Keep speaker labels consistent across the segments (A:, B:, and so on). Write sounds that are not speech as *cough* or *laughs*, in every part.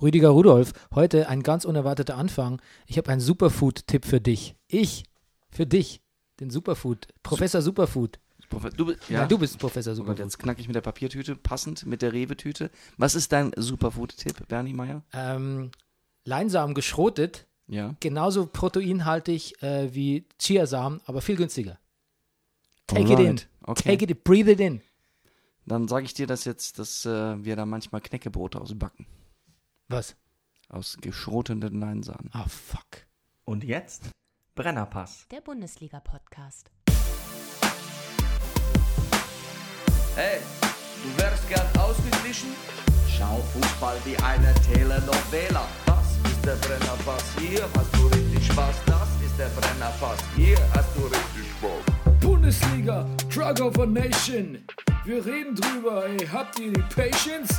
A: Rüdiger Rudolf, heute ein ganz unerwarteter Anfang. Ich habe einen Superfood-Tipp für dich. Ich, für dich, den Superfood, Professor Superfood.
B: Profe- Du, bi-
A: Ja.
B: ja.
A: du bist Professor
B: Oh Gott,
A: Superfood.
B: jetzt knack ich mit der Papiertüte, passend mit der Rewe-Tüte. Was ist dein Superfood-Tipp, Bernie Meyer?
A: Ähm, Leinsamen geschrotet,
B: Ja.
A: genauso proteinhaltig äh, wie Chiasamen, aber viel günstiger. Take it in.
B: Alright, okay.
A: Take it, breathe it in.
B: Dann sage ich dir das jetzt, dass äh, wir da manchmal Knäckebrote ausbacken.
A: Was?
B: Aus geschroteten Leinsamen.
A: Ah, fuck.
C: Und jetzt Brennerpass.
D: Der Bundesliga-Podcast.
E: Hey, du wärst gern ausgeglichen? Schau Fußball wie eine Telenovela. Das ist der Brennerpass, hier hast du richtig Spaß. Das ist der Brennerpass, hier hast du richtig Spaß.
F: Bundesliga, Drug of a Nation. Wir reden drüber, ey. Habt ihr die Patience?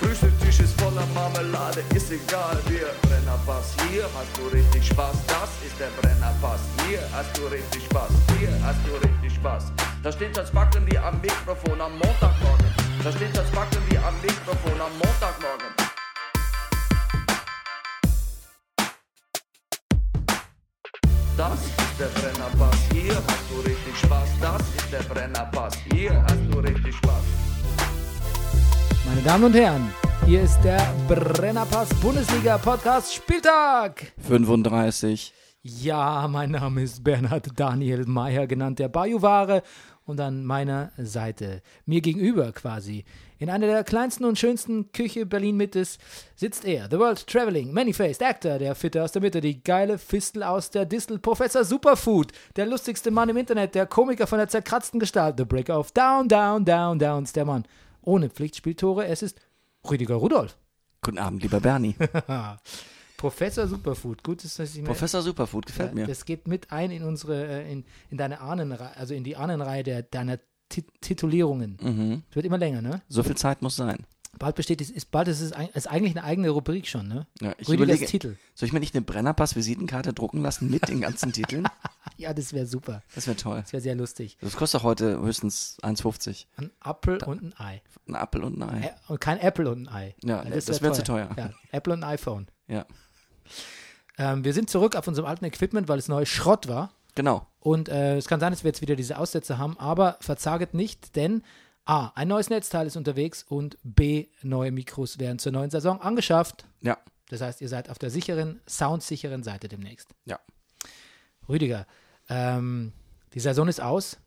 E: Frühstückstisch ist voller Marmelade, ist egal, wir Brennerpass. Hier hast du richtig Spaß, das ist der Brennerpass. Hier hast du richtig Spaß, hier hast du richtig Spaß. Da steht das Backen wie am Mikrofon am Montagmorgen. Da steht das Backen wie am Mikrofon am Montagmorgen. Das ist der Brennerpass, hier hast du richtig Spaß. Das ist der Brennerpass, hier hast du richtig Spaß.
A: Meine Damen und Herren, hier ist der Brennerpass Bundesliga Podcast Spieltag.
B: 35.
A: Ja, mein Name ist Bernhard Daniel Mayer, genannt der Bayou-Ware. Und an meiner Seite, mir gegenüber quasi, in einer der kleinsten und schönsten Küche Berlin-Mittes, sitzt er, The World Traveling, Many-Faced Actor, der Fitte aus der Mitte, die geile Fistel aus der Distel, Professor Superfood, der lustigste Mann im Internet, der Komiker von der zerkratzten Gestalt, The Break of Down, Down, Down, Downs, der Mann. Ohne Pflichtspieltore, es ist Rüdiger Rudolf.
B: Guten Abend, lieber *laughs* Bernie.
A: *laughs* Professor Superfood, gut, dass ich mir
B: Professor Superfood, gefällt
A: ja,
B: mir.
A: Das geht mit ein in unsere, äh, in, in deine Ahnenreihe, also in die Ahnenreihe der, deiner Ti- Titulierungen.
B: Mhm.
A: Das wird immer länger, ne?
B: So viel Zeit muss sein.
A: Bald besteht, es- ist, bald ist es ein, ist eigentlich eine eigene Rubrik schon, ne?
B: Ja, ich
A: Rüdigers
B: überlege-
A: Titel.
B: Soll ich mir nicht eine Brennerpass-Visitenkarte drucken lassen mit den ganzen Titeln?
A: Ja, das wäre super.
B: Das wäre toll.
A: Das wäre sehr lustig.
B: Das kostet doch heute höchstens 1,50.
A: Ein Apfel und ein Ei.
B: Ein Apfel und ein Ei.
A: Ä und kein Apple und ein Ei.
B: Ja,
A: Weil
B: das wär zu teuer.
A: Ja, Apple und ein iPhone.
B: Ja,
A: Ähm, wir sind zurück auf unserem alten Equipment, weil es neu Schrott war.
B: genau.
A: Und äh, es kann sein, dass wir jetzt wieder diese Aussätze haben, aber verzaget nicht, denn A, ein neues Netzteil ist unterwegs und B, neue Mikros werden zur neuen Saison angeschafft.
B: Ja,
A: Das heißt, ihr seid auf der sicheren, soundsicheren Seite demnächst.
B: ja.
A: Rüdiger, ähm, die Saison ist aus.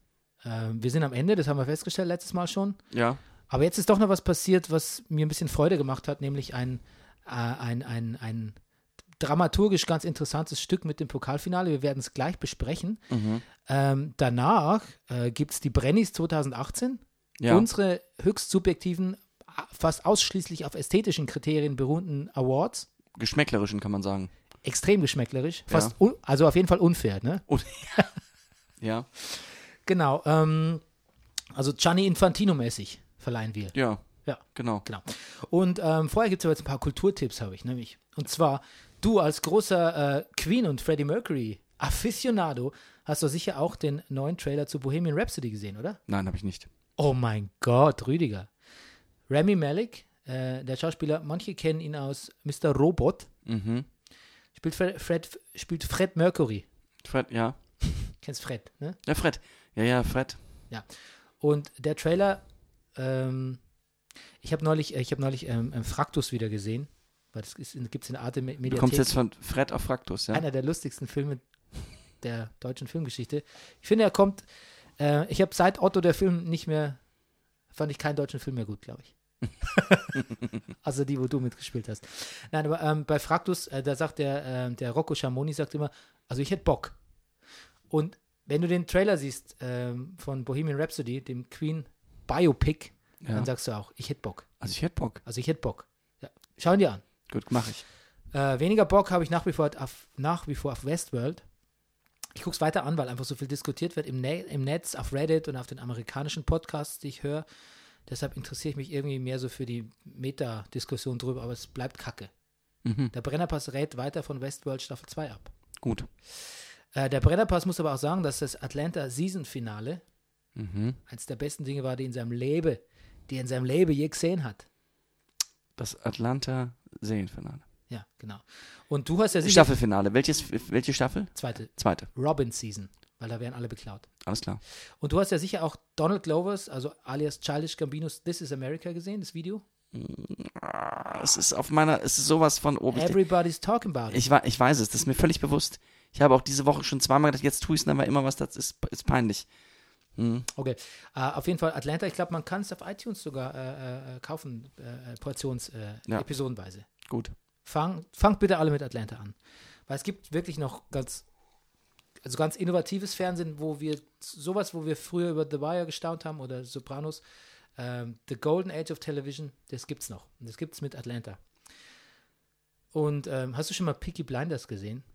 A: Ähm, wir sind am Ende, das haben wir festgestellt letztes Mal schon.
B: Ja,
A: Aber jetzt ist doch noch was passiert, was mir ein bisschen Freude gemacht hat, nämlich ein, äh, ein, ein, ein dramaturgisch ganz interessantes Stück mit dem Pokalfinale. Wir werden es gleich besprechen. Ähm, danach äh, gibt es die Brennies 2018.
B: Ja.
A: Unsere höchst subjektiven, a- fast ausschließlich auf ästhetischen Kriterien beruhenden Awards.
B: geschmäcklerischen kann man sagen.
A: Extrem geschmäcklerisch. Fast un also auf jeden Fall unfair, ne?
B: Und ja,
A: Genau. Ähm, also Gianni Infantino-mäßig verleihen wir.
B: ja,
A: ja.
B: genau.
A: Genau. Und ähm, vorher gibt es aber jetzt ein paar Kulturtipps, habe ich nämlich. Und zwar, du als großer äh, Queen und Freddie Mercury Aficionado hast du sicher auch den neuen Trailer zu Bohemian Rhapsody gesehen, oder?
B: Nein, habe ich nicht.
A: Oh mein Gott, Rüdiger. Rami Malek, äh, der Schauspieler, manche kennen ihn aus Mr. Robot,
B: Mhm.
A: spielt Fred, Fred, spielt Fred Mercury.
B: Fred, ja.
A: Kennst Fred, ne?
B: Ja, Fred. Ja, ja, Fred.
A: Ja. Und der Trailer, ähm, ich habe neulich, ich habe neulich ähm, ähm, Fraktus wieder gesehen, weil das gibt es in Arte Me- Mediathek.
B: Du kommst jetzt von Fred auf Fraktus, ja?
A: einer der lustigsten Filme der deutschen Filmgeschichte. Ich finde, er kommt. Äh, ich habe seit Otto der Film nicht mehr. Fand ich keinen deutschen Film mehr gut, glaube ich. also die, wo du mitgespielt hast. Nein, aber ähm, bei Fraktus, äh, da sagt der, ähm, der Rocco Schamoni, sagt immer, also ich hätte Bock. Und wenn du den Trailer siehst ähm, von Bohemian Rhapsody, dem Queen Biopic,
B: Ja.
A: dann sagst du auch, ich hätte Bock.
B: Also ich hätte Bock.
A: Also ich hätte Bock. Ja. Schau ihn dir an.
B: Gut, mache ich.
A: Äh, weniger Bock habe ich nach wie, vor auf, nach wie vor auf Westworld. Ich gucke es weiter an, weil einfach so viel diskutiert wird im, ne im Netz, auf Reddit und auf den amerikanischen Podcasts, die ich höre. Deshalb interessiere ich mich irgendwie mehr so für die Meta-Diskussion drüber, aber es bleibt kacke.
B: Mhm.
A: Der Brennerpass rät weiter von Westworld Staffel 2 ab.
B: Gut.
A: Äh, der Brennerpass muss aber auch sagen, dass das Atlanta Season Finale
B: Mhm.
A: eines der besten Dinge war, die in seinem Leben, die er in seinem Leben je gesehen hat.
B: Das Atlanta Serienfinale.
A: Ja, genau. Und du hast ja sicher
B: Staffelfinale. Welches, welche Staffel?
A: zweite
B: Zweite.
A: Robin Season, weil da werden alle beklaut.
B: Alles klar.
A: Und du hast ja sicher auch Donald Glovers, also alias Childish Gambinos This is America gesehen, das Video.
B: Ah, Es ist auf meiner, es ist sowas von oben. Ich-
A: Everybody's talking about it.
B: Ich, wei- ich weiß es, das ist mir völlig bewusst. Ich habe auch diese Woche schon zweimal gedacht, jetzt tue ich es aber immer was, das ist, ist peinlich.
A: Okay. Äh, auf jeden Fall Atlanta, ich glaube, man kann es auf iTunes sogar äh, äh, kaufen, äh, äh, Portions, äh,
B: Ja.
A: episodenweise.
B: Gut.
A: Fang, fangt bitte alle mit Atlanta an. Weil es gibt wirklich noch ganz, also ganz innovatives Fernsehen, wo wir sowas, wo wir früher über The Wire gestaunt haben oder Sopranos, ähm, The Golden Age of Television, das gibt's noch. Und das gibt's mit Atlanta. Und ähm, hast du schon mal Peaky Blinders gesehen?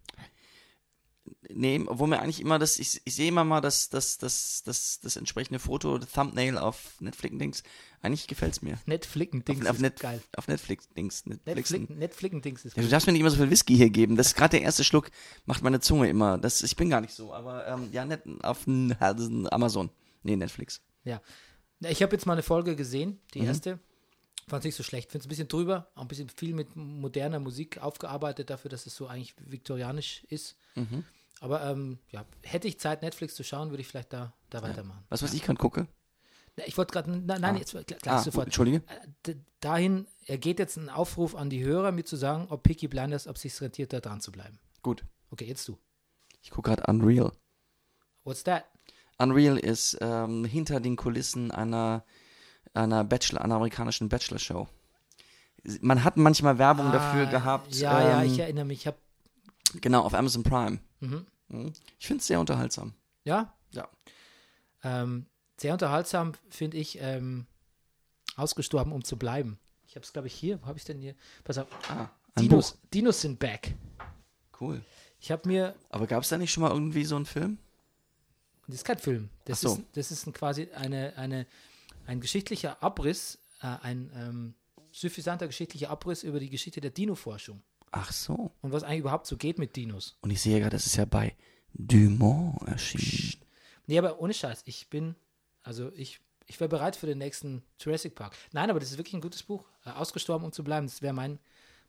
B: Nee, wo mir eigentlich immer das, ich, ich sehe immer mal das, das, das, das, das entsprechende Foto, das Thumbnail auf Netflix-Dings. Eigentlich gefällt es mir.
A: Netflix-Dings
B: auf,
A: ist
B: Net,
A: geil.
B: auf Netflix-Dings. Netflix.
A: Netflix-
B: Ja,
A: Netflix-Dings ist
B: du
A: geil.
B: darfst mir nicht immer so viel Whisky hier geben. Das ist gerade der erste Schluck, macht meine Zunge immer. Das, ich bin gar nicht so, aber ähm, ja, net, auf n- Amazon. Nee, Netflix.
A: Ja. Na, Ich habe jetzt mal eine Folge gesehen, die
B: Mhm.
A: erste. Fand ich nicht so schlecht. Finde es ein bisschen drüber, auch ein bisschen viel mit moderner Musik aufgearbeitet, dafür, dass es so eigentlich viktorianisch ist.
B: Mhm.
A: Aber ähm, ja, hätte ich Zeit, Netflix zu schauen, würde ich vielleicht da, da weitermachen.
B: Was, was ich gerade gucke?
A: Na, Ich wollte gerade, nein, nein,
B: Ah.
A: jetzt gleich, gleich
B: Ah,
A: sofort.
B: Entschuldige.
A: Äh, d- Dahin, er geht jetzt ein Aufruf an die Hörer, mir zu sagen, ob Picky Blinders, ob es sich rentiert, da dran zu bleiben.
B: Gut.
A: Okay, jetzt du.
B: Ich gucke gerade Unreal.
A: What's that?
B: Unreal ist ähm, hinter den Kulissen einer, einer, Bachelor, einer amerikanischen Bachelor-Show. Man hat manchmal Werbung dafür
A: Ah,
B: gehabt.
A: Ja, ja,
B: ähm,
A: ich erinnere mich. Ich habe,
B: Genau, auf Amazon Prime.
A: Mhm.
B: Mhm. Ich finde es sehr unterhaltsam.
A: ja,
B: Ja.
A: Ähm, sehr unterhaltsam finde ich ähm, ausgestorben, um zu bleiben. Ich habe es, glaube ich, hier. Wo habe ich denn hier? Pass auf.
B: Ah, ein
A: Dinos, Dinos sind back.
B: Buch. Cool.
A: Ich habe mir,
B: Aber gab es da nicht schon mal irgendwie so einen Film?
A: das ist kein Film. Das
B: Ach so.
A: ist, das ist ein, quasi eine, eine, ein geschichtlicher Abriss, äh, ein ähm, suffisanter geschichtlicher Abriss über die Geschichte der Dino-Forschung
B: Ach so.
A: und was eigentlich überhaupt so geht mit Dinos.
B: Und ich sehe gerade, das ist ja bei Dumont erschienen.
A: Nee, aber ohne Scheiß, ich bin, also ich, ich wäre bereit für den nächsten Jurassic Park. Nein, aber das ist wirklich ein gutes Buch. Äh, ausgestorben, um zu bleiben. Das wäre mein,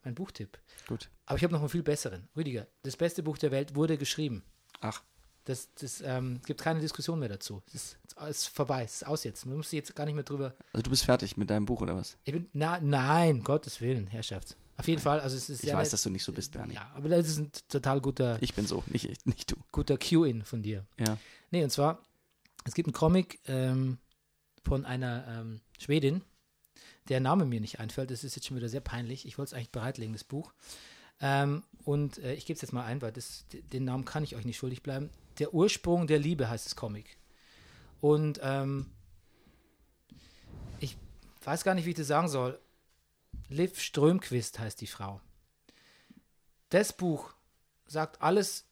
A: mein Buchtipp.
B: Gut.
A: Aber ich habe noch einen viel besseren. Rüdiger, das beste Buch der Welt wurde geschrieben.
B: Ach,
A: Das, das ähm, gibt keine Diskussion mehr dazu. Es ist, es ist vorbei, es ist aus jetzt. Man muss sich jetzt gar nicht mehr drüber.
B: also du bist fertig mit deinem Buch oder was?
A: Ich bin, na, nein, Gottes Willen, Herrschaft. Auf jeden Fall, also es ist
B: Ich weiß, dass du nicht so bist, Bernie.
A: Ja, aber das ist ein total guter,
B: Ich bin so, nicht, ich, nicht du.
A: guter Cue-In von dir.
B: Ja.
A: Nee, und zwar, es gibt einen Comic ähm, von einer ähm, Schwedin, der Name mir nicht einfällt. Das ist jetzt schon wieder sehr peinlich. Ich wollte es eigentlich bereitlegen, das Buch. Ähm, und äh, ich gebe es jetzt mal ein, weil das, d- den Namen kann ich euch nicht schuldig bleiben. Der Ursprung der Liebe heißt das Comic. Und ähm, ich weiß gar nicht, wie ich das sagen soll. Liv Strömquist heißt die Frau. Das Buch sagt alles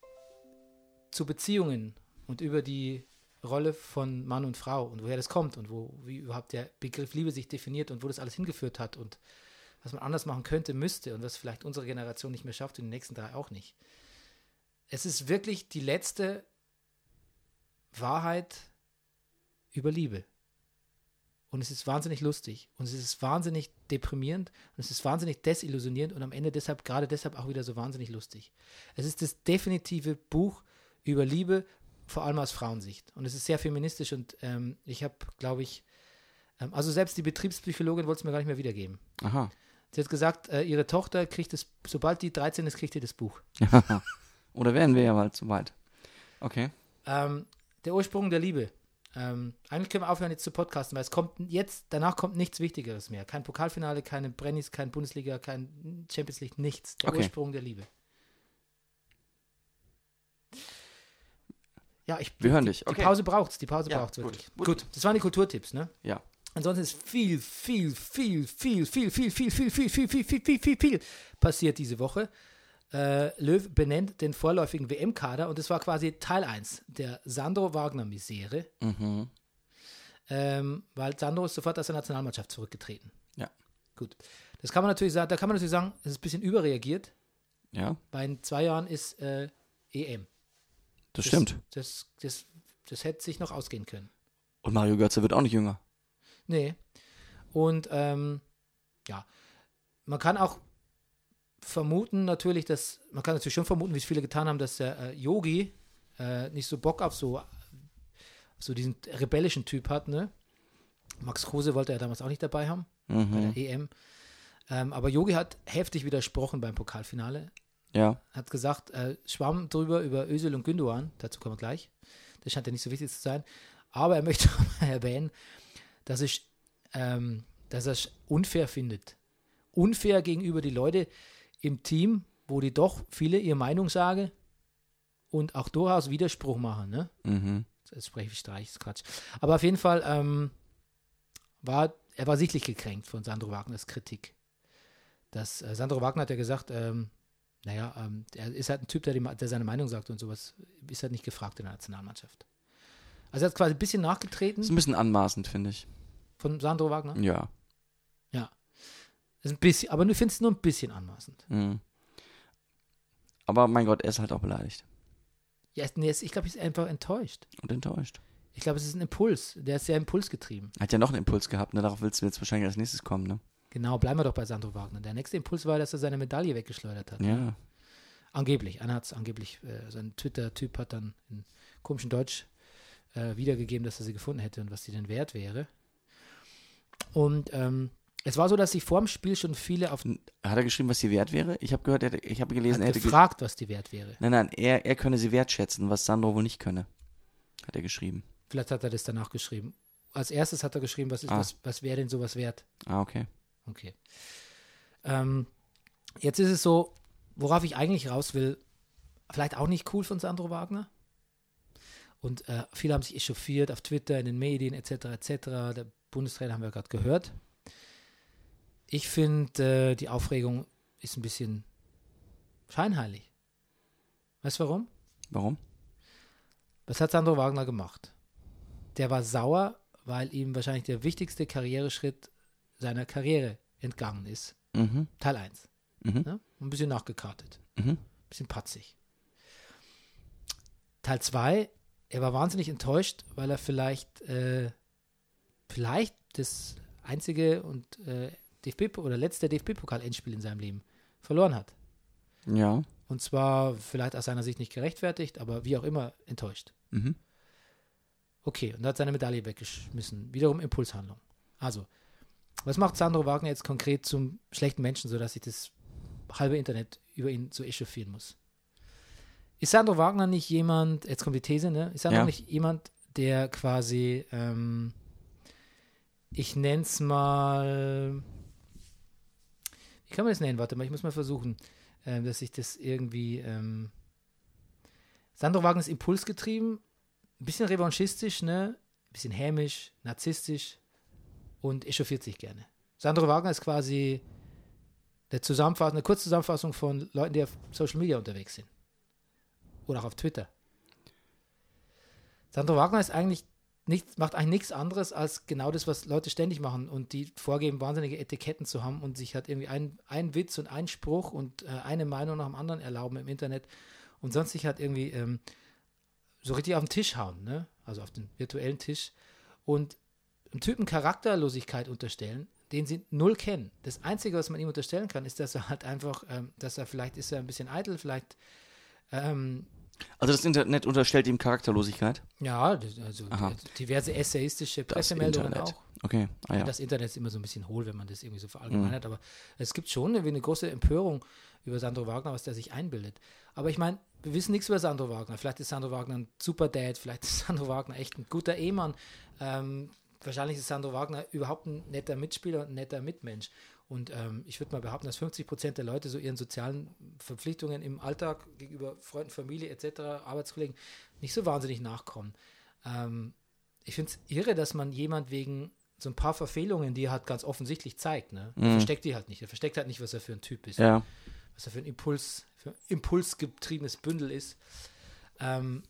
A: zu Beziehungen und über die Rolle von Mann und Frau und woher das kommt und wo, wie überhaupt der Begriff Liebe sich definiert und wo das alles hingeführt hat und was man anders machen könnte, müsste und was vielleicht unsere Generation nicht mehr schafft und die nächsten drei auch nicht. Es ist wirklich die letzte Wahrheit über Liebe. Und es ist wahnsinnig lustig und es ist wahnsinnig deprimierend und es ist wahnsinnig desillusionierend und am Ende deshalb, gerade deshalb auch wieder so wahnsinnig lustig. Es ist das definitive Buch über Liebe, vor allem aus Frauensicht. Und es ist sehr feministisch und ähm, ich habe, glaube ich, ähm, also selbst die Betriebspsychologin wollte es mir gar nicht mehr wiedergeben.
B: Aha.
A: Sie hat gesagt, äh, ihre Tochter kriegt es, sobald die 13 ist, kriegt sie das Buch.
B: oder wären wir ja bald so weit. Okay.
A: Ähm, der Ursprung der Liebe. Ähm, eigentlich können wir aufhören, jetzt zu podcasten, weil es kommt jetzt, danach kommt nichts Wichtigeres mehr. Kein Pokalfinale, keine Brennies, kein Bundesliga, kein Champions League, nichts. Der
B: Okay.
A: Ursprung der Liebe. Ja, ich,
B: Wir hören dich.
A: die
B: Okay.
A: Pause braucht's, die Pause
B: Ja,
A: braucht's
B: gut,
A: wirklich. Gut,
B: gut.
A: das waren die Kulturtipps, ne?
B: Ja.
A: Ansonsten ist viel, viel, viel, viel, viel, viel, viel, viel, viel, viel, viel, viel, viel, viel, viel passiert diese Woche. Äh, Löw benennt den vorläufigen WM-Kader und es war quasi Teil 1 der Sandro-Wagner-Misere,
B: Mhm.
A: ähm, weil Sandro ist sofort aus der Nationalmannschaft zurückgetreten.
B: Ja.
A: Gut. Das kann man natürlich sagen, da kann man natürlich sagen, es ist ein bisschen überreagiert,
B: Ja,
A: weil in zwei Jahren ist äh, EM.
B: das stimmt.
A: Das, das, das hätte sich noch ausgehen können.
B: Und Mario Götze wird auch nicht jünger.
A: Nee. Und ähm, ja, man kann auch vermuten natürlich, dass, man kann natürlich schon vermuten, wie es viele getan haben, dass der äh, Yogi äh, nicht so Bock auf so, so diesen rebellischen Typ hat, ne? Max Kruse wollte er damals auch nicht dabei haben, bei
B: Mhm.
A: der EM. Ähm, aber Yogi hat heftig widersprochen beim Pokalfinale
B: Ja.
A: hat gesagt, äh, schwamm drüber über Özil und Gündogan, dazu kommen wir gleich. Das scheint ja nicht so wichtig zu sein. Aber er möchte *laughs* auch mal erwähnen, dass ich, ähm, dass er es unfair findet. Unfair gegenüber die Leute im Team, wo die doch viele ihre Meinung sagen und auch durchaus Widerspruch machen. Ne?
B: Mhm.
A: Jetzt spreche ich Streich, ist Quatsch. Aber auf jeden Fall ähm, war er war sichtlich gekränkt von Sandro Wagners Kritik. Das, äh, Sandro Wagner hat ja gesagt, ähm, naja, ähm, er ist halt ein Typ, der, die, Ma- der seine Meinung sagt und sowas, ist halt nicht gefragt in der Nationalmannschaft. Also er hat quasi ein bisschen
B: Ist
A: nachgetreten
B: ein bisschen anmaßend, finde ich.
A: von Sandro Wagner.
B: Ja.
A: Ist ein bisschen, aber du findest es nur ein bisschen anmaßend.
B: Mhm. Aber mein Gott, er ist halt auch beleidigt
A: Ja, ist- nee, ist- ich glaube, er ist einfach enttäuscht.
B: und enttäuscht.
A: Ich glaube, es ist ein Impuls. Der ist sehr impulsgetrieben.
B: Hat ja noch einen Impuls gehabt, ne? Darauf willst du jetzt wahrscheinlich als nächstes kommen, ne?
A: Genau, bleiben wir doch bei Sandro Wagner. Der nächste Impuls war, dass er seine Medaille weggeschleudert hat.
B: Ja.
A: Angeblich, einer hat es angeblich, äh, so ein Twitter-Typ hat dann in komischem Deutsch äh, wiedergegeben, dass er sie gefunden hätte und was sie denn wert wäre. Und ähm, es war so, dass sich vor dem Spiel schon viele auf
B: N- Hat er geschrieben, was sie wert wäre? Ich habe gehört, er hätte, ich habe gelesen, er
A: hat
B: hätte ge-
A: gefragt, was die wert wäre.
B: Nein, nein, er, er könne sie wertschätzen, was Sandro wohl nicht könne. Hat er geschrieben.
A: Vielleicht hat er das danach geschrieben. Als erstes hat er geschrieben, was, ist,
B: Ah.
A: was, was wäre denn sowas wert?
B: Ah, okay.
A: Okay. Ähm, jetzt ist es so, worauf ich eigentlich raus will, vielleicht auch nicht cool von Sandro Wagner. Und äh, viele haben sich echauffiert auf Twitter, in den Medien etc. etc. Der Bundestrainer haben wir gerade gehört. Ich finde, äh, die Aufregung ist ein bisschen scheinheilig. Weißt du warum?
B: Warum?
A: Was hat Sandro Wagner gemacht? Der war sauer, weil ihm wahrscheinlich der wichtigste Karriereschritt seiner Karriere entgangen ist.
B: Mhm.
A: Teil 1.
B: Mhm.
A: Ne? Ein bisschen nachgekartet.
B: Mhm.
A: Ein bisschen patzig. Teil 2, er war wahnsinnig enttäuscht, weil er vielleicht, äh, vielleicht das einzige und äh, DFB oder letzte DFB-Pokal-Endspiel in seinem Leben verloren hat.
B: Ja.
A: Und zwar vielleicht aus seiner Sicht nicht gerechtfertigt, aber wie auch immer enttäuscht.
B: Mhm.
A: Okay, und hat seine Medaille weggeschmissen. Wiederum Impulshandlung. Also, was macht Sandro Wagner jetzt konkret zum schlechten Menschen, sodass sich das halbe Internet über ihn so echauffieren muss? Ist Sandro Wagner nicht jemand, jetzt kommt die These, ne? Ist Sandro
B: Ja.
A: nicht jemand, der quasi, ähm, ich nenne es mal, wie kann man das nennen? Warte mal, ich muss mal versuchen, ähm, dass ich das irgendwie, ähm, Sandro Wagner ist impulsgetrieben, ein bisschen revanchistisch, ne? Ein bisschen hämisch, narzisstisch und echauffiert sich gerne. Sandro Wagner ist quasi eine Zusammenfassung, eine Kurzzusammenfassung von Leuten, die auf Social Media unterwegs sind. Oder auch auf Twitter. Sandro Wagner ist eigentlich nichts, macht eigentlich nichts anderes als genau das, was Leute ständig machen und die vorgeben, wahnsinnige Etiketten zu haben und sich halt irgendwie ein, ein Witz und ein Spruch und äh, eine Meinung nach dem anderen erlauben im Internet und sonst sich halt irgendwie ähm, so richtig auf den Tisch hauen, ne? Also auf den virtuellen Tisch und einem Typen Charakterlosigkeit unterstellen, den sie null kennen. Das Einzige, was man ihm unterstellen kann, ist, dass er halt einfach, ähm, dass er vielleicht ist er ein bisschen eitel, vielleicht ähm,
B: Also das Internet unterstellt ihm Charakterlosigkeit.
A: ja, das, also
B: Aha.
A: d- diverse essayistische
B: Das
A: Pressemeldungen
B: Internet.
A: auch.
B: Okay. Ah, ja.
A: Das Internet ist immer so ein bisschen hohl, wenn man das irgendwie so verallgemeinert, aber es gibt schon irgendwie eine große Empörung über Sandro Wagner, was der sich einbildet. Aber ich meine, wir wissen nichts über Sandro Wagner. Vielleicht ist Sandro Wagner ein super Dad, vielleicht ist Sandro Wagner echt ein guter Ehemann. Ähm, wahrscheinlich ist Sandro Wagner überhaupt ein netter Mitspieler und ein netter Mitmensch. Und ähm, ich würde mal behaupten, dass 50 Prozent der Leute so ihren sozialen Verpflichtungen im Alltag gegenüber Freunden, Familie etc., Arbeitskollegen nicht so wahnsinnig nachkommen. Ähm, ich finde es irre, dass man jemand wegen so ein paar Verfehlungen, die er halt ganz offensichtlich zeigt. Ne? Er versteckt die halt nicht. Er versteckt halt nicht, was er für ein Typ ist.
B: Ja.
A: Was er für ein Impuls, für ein impulsgetriebenes Bündel ist. Ähm,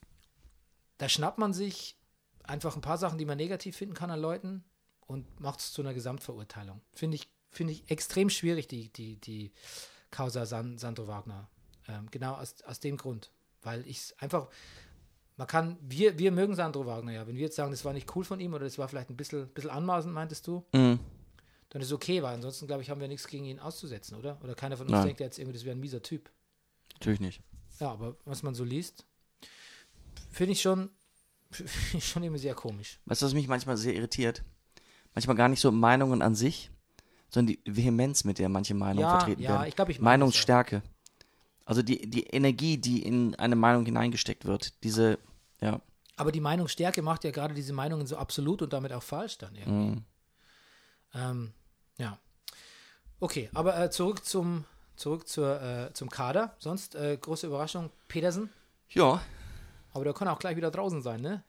A: da schnappt man sich einfach ein paar Sachen, die man negativ finden kann an Leuten und macht es zu einer Gesamtverurteilung. Finde ich, finde ich extrem schwierig, die, die, die Causa San, Sandro Wagner. Ähm, genau aus, aus dem Grund. Weil ich es einfach, man kann, wir, wir mögen Sandro Wagner ja. Wenn wir jetzt sagen, das war nicht cool von ihm oder das war vielleicht ein bisschen, bisschen anmaßend, meintest du,
B: Mhm.
A: dann ist okay, weil ansonsten, glaube ich, haben wir nichts gegen ihn auszusetzen, oder? Oder keiner von uns
B: Nein.
A: denkt jetzt irgendwie, das wäre ein mieser Typ.
B: Natürlich nicht.
A: Ja, aber was man so liest, finde ich schon, *laughs* finde ich schon immer sehr komisch.
B: Weißt du, was mich manchmal sehr irritiert? Manchmal gar nicht so Meinungen an sich, sondern die Vehemenz, mit der manche Meinungen
A: Ja,
B: vertreten
A: ja,
B: werden.
A: ich glaub, ich meine
B: Meinungsstärke. Also die, die Energie, die in eine Meinung hineingesteckt wird. Diese, ja.
A: Aber die Meinungsstärke macht ja gerade diese Meinungen so absolut und damit auch falsch dann irgendwie.
B: Mhm.
A: Ähm, ja. Okay, aber äh, zurück zum zurück zur, äh, zum Kader. Sonst äh, große Überraschung, Pedersen.
B: Ja,
A: Aber der kann auch gleich wieder draußen sein, ne?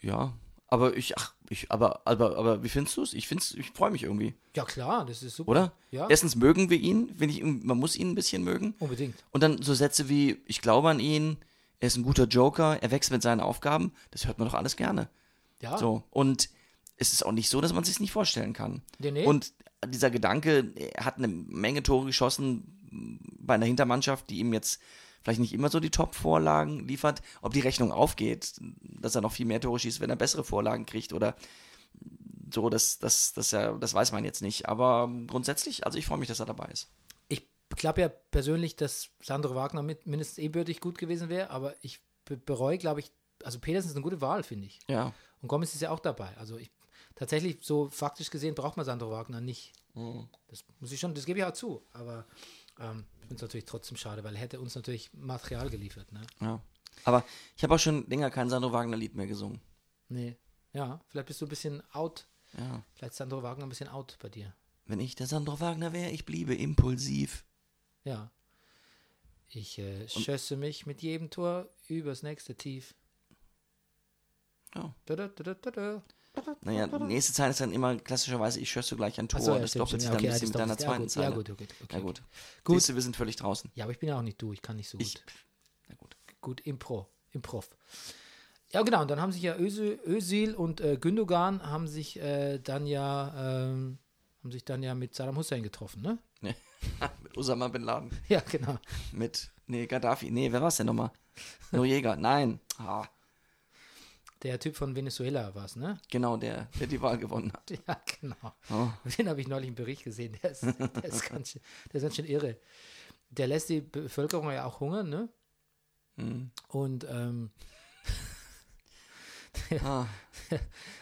B: ja. Aber ich, ach, ich, aber, aber, aber wie findest du es? Ich find's, ich freue mich irgendwie,
A: Ja klar, das ist super.
B: oder?
A: Ja.
B: Erstens mögen wir ihn, finde ich, man muss ihn ein bisschen mögen.
A: Unbedingt.
B: Und dann so Sätze wie, ich glaube an ihn, er ist ein guter Joker, er wächst mit seinen Aufgaben, das hört man doch alles gerne.
A: Ja.
B: So. Und es ist auch nicht so, dass man sich nicht vorstellen kann.
A: Nee, nee.
B: Und dieser Gedanke, er hat eine Menge Tore geschossen bei einer Hintermannschaft, die ihm jetzt vielleicht nicht immer so die Top-Vorlagen liefert, ob die Rechnung aufgeht, dass er noch viel mehr Tore schießt, wenn er bessere Vorlagen kriegt oder so, das, das, das, ja, das weiß man jetzt nicht. Aber grundsätzlich, also ich freue mich, dass er dabei ist.
A: Ich glaube ja persönlich, dass Sandro Wagner mit mindestens ebenbürtig gut gewesen wäre, aber ich be- bereue, glaube ich, also Pedersen ist eine gute Wahl, finde ich.
B: Ja.
A: Und Gomez ist ja auch dabei. Also ich tatsächlich so faktisch gesehen braucht man Sandro Wagner nicht. Das muss ich schon, das gebe ich auch zu. Aber ähm, ich finde es natürlich trotzdem schade, weil er hätte uns natürlich Material geliefert. Ne?
B: ja. Aber ich habe auch schon länger kein Sandro Wagner-Lied mehr gesungen.
A: Nee. Ja, vielleicht bist du ein bisschen out.
B: Ja.
A: Vielleicht ist Sandro Wagner ein bisschen out bei dir.
B: Wenn ich der Sandro Wagner wäre, ich bliebe impulsiv.
A: Ja. Ich äh, schösse mich mit jedem Tor übers nächste Tief.
B: Ja.
A: Da, da, da, da, da, da.
B: Naja, die nächste Zeile ist dann immer klassischerweise, ich schösse gleich ein Tor.
A: Ach so, ja,
B: das
A: stimmt,
B: doppelt
A: stimmt. Ja, okay,
B: sich dann ein
A: ja,
B: bisschen mit
A: das
B: deiner
A: doppelt sich- ja,
B: zweiten
A: gut, Ja,
B: Zeile.
A: gut, okay, okay,
B: Na gut.
A: okay.
B: Gut.
A: Gut.
B: Siehst du, wir sind völlig draußen.
A: Ja, aber ich bin ja auch nicht du, ich kann nicht so
B: Ich,
A: gut.
B: na gut.
A: Gut, Impro, Improv. Ja, genau, und dann haben sich ja Özil, Özil und äh, Gündogan haben sich äh, dann ja ähm, haben sich dann ja mit Saddam Hussein getroffen, ne? *laughs*
B: Nee. mit Osama Bin Laden.
A: Ja, genau.
B: Mit, nee, Gaddafi. Nee, wer war es denn nochmal? Noriega, nein. Ah,
A: Der Typ von Venezuela war es, ne? *laughs*
B: genau, der, der die Wahl gewonnen hat.
A: Ja, genau.
B: Oh.
A: *laughs* Den habe ich neulich einen Bericht gesehen. Der ist, der, ist ganz schön, der ist ganz schön irre. Der lässt die Bevölkerung ja auch hungern, ne?
B: Mhm.
A: Und ähm, *laughs*
B: Ah,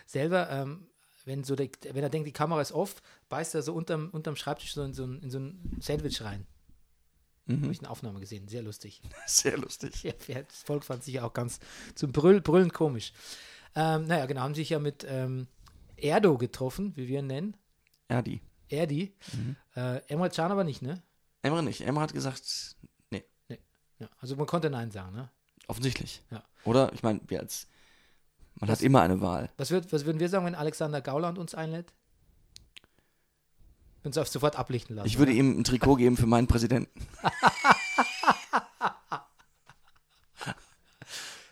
A: selber, ähm, wenn, so der, wenn er denkt, die Kamera ist off, beißt er so unterm, unterm Schreibtisch so in so ein, in so ein Sandwich rein. Habe ich eine Aufnahme gesehen, sehr lustig.
B: *laughs*
A: *laughs*
B: sehr lustig.
A: Ja, das Volk fand sich ja auch ganz zum Brüll, Brüllen komisch. Ähm, naja, genau, haben sich ja mit ähm, Erdo getroffen, wie wir ihn nennen.
B: Erdi.
A: Erdi. Äh, Emre Can aber nicht, ne?
B: Emre nicht. Emre hat gesagt, nee,
A: Ja, also man konnte Nein sagen, ne?
B: offensichtlich.
A: Ja.
B: Oder? Ich meine, wir als, man hat immer eine Wahl.
A: Was, würd, was würden wir sagen, wenn Alexander Gauland uns einlädt? Uns auf sofort ablichten lassen.
B: Ich würde ihm ein Trikot geben für meinen Präsidenten.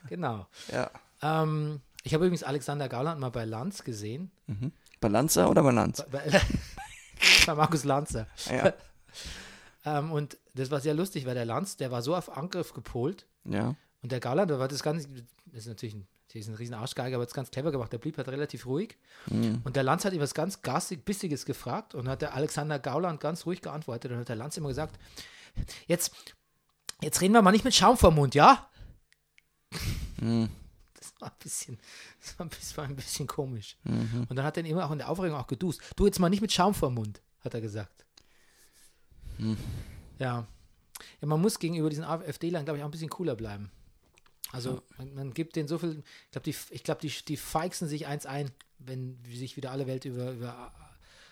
A: Genau.
B: Ja.
A: Ähm, ich habe übrigens Alexander Gauland mal bei Lanz gesehen.
B: Balanza oder Balanz?
A: Bei, bei Markus Lanzer.
B: *laughs* Ja.
A: Ähm, und das war sehr lustig, weil der Lanz, der war so auf Angriff gepolt,
B: ja.
A: Und der Garland, der war das ganz, das ist natürlich ein, das ist ein riesen Arschgeiger, aber das ist ganz clever gemacht. Der blieb halt relativ ruhig. Und der Lanz hat ihm was ganz garstig, bissiges gefragt und hat der Alexander Gauland ganz ruhig geantwortet. Und hat der Lanz immer gesagt, jetzt, jetzt reden wir mal nicht mit Schaum vorm Mund, ja? Das war ein bisschen, das war ein bisschen, war ein bisschen komisch. Und dann hat er ihn immer auch in der Aufregung auch gedust. Du jetzt mal nicht mit Schaum vorm Mund, hat er gesagt. Ja. ja. Man muss gegenüber diesen AfD-Lern, glaube ich, auch ein bisschen cooler bleiben. Also man, man gibt denen so viel, ich glaube, die, ich glaub, die, die feixen sich eins ein, wenn sich wieder alle Welt über, über A-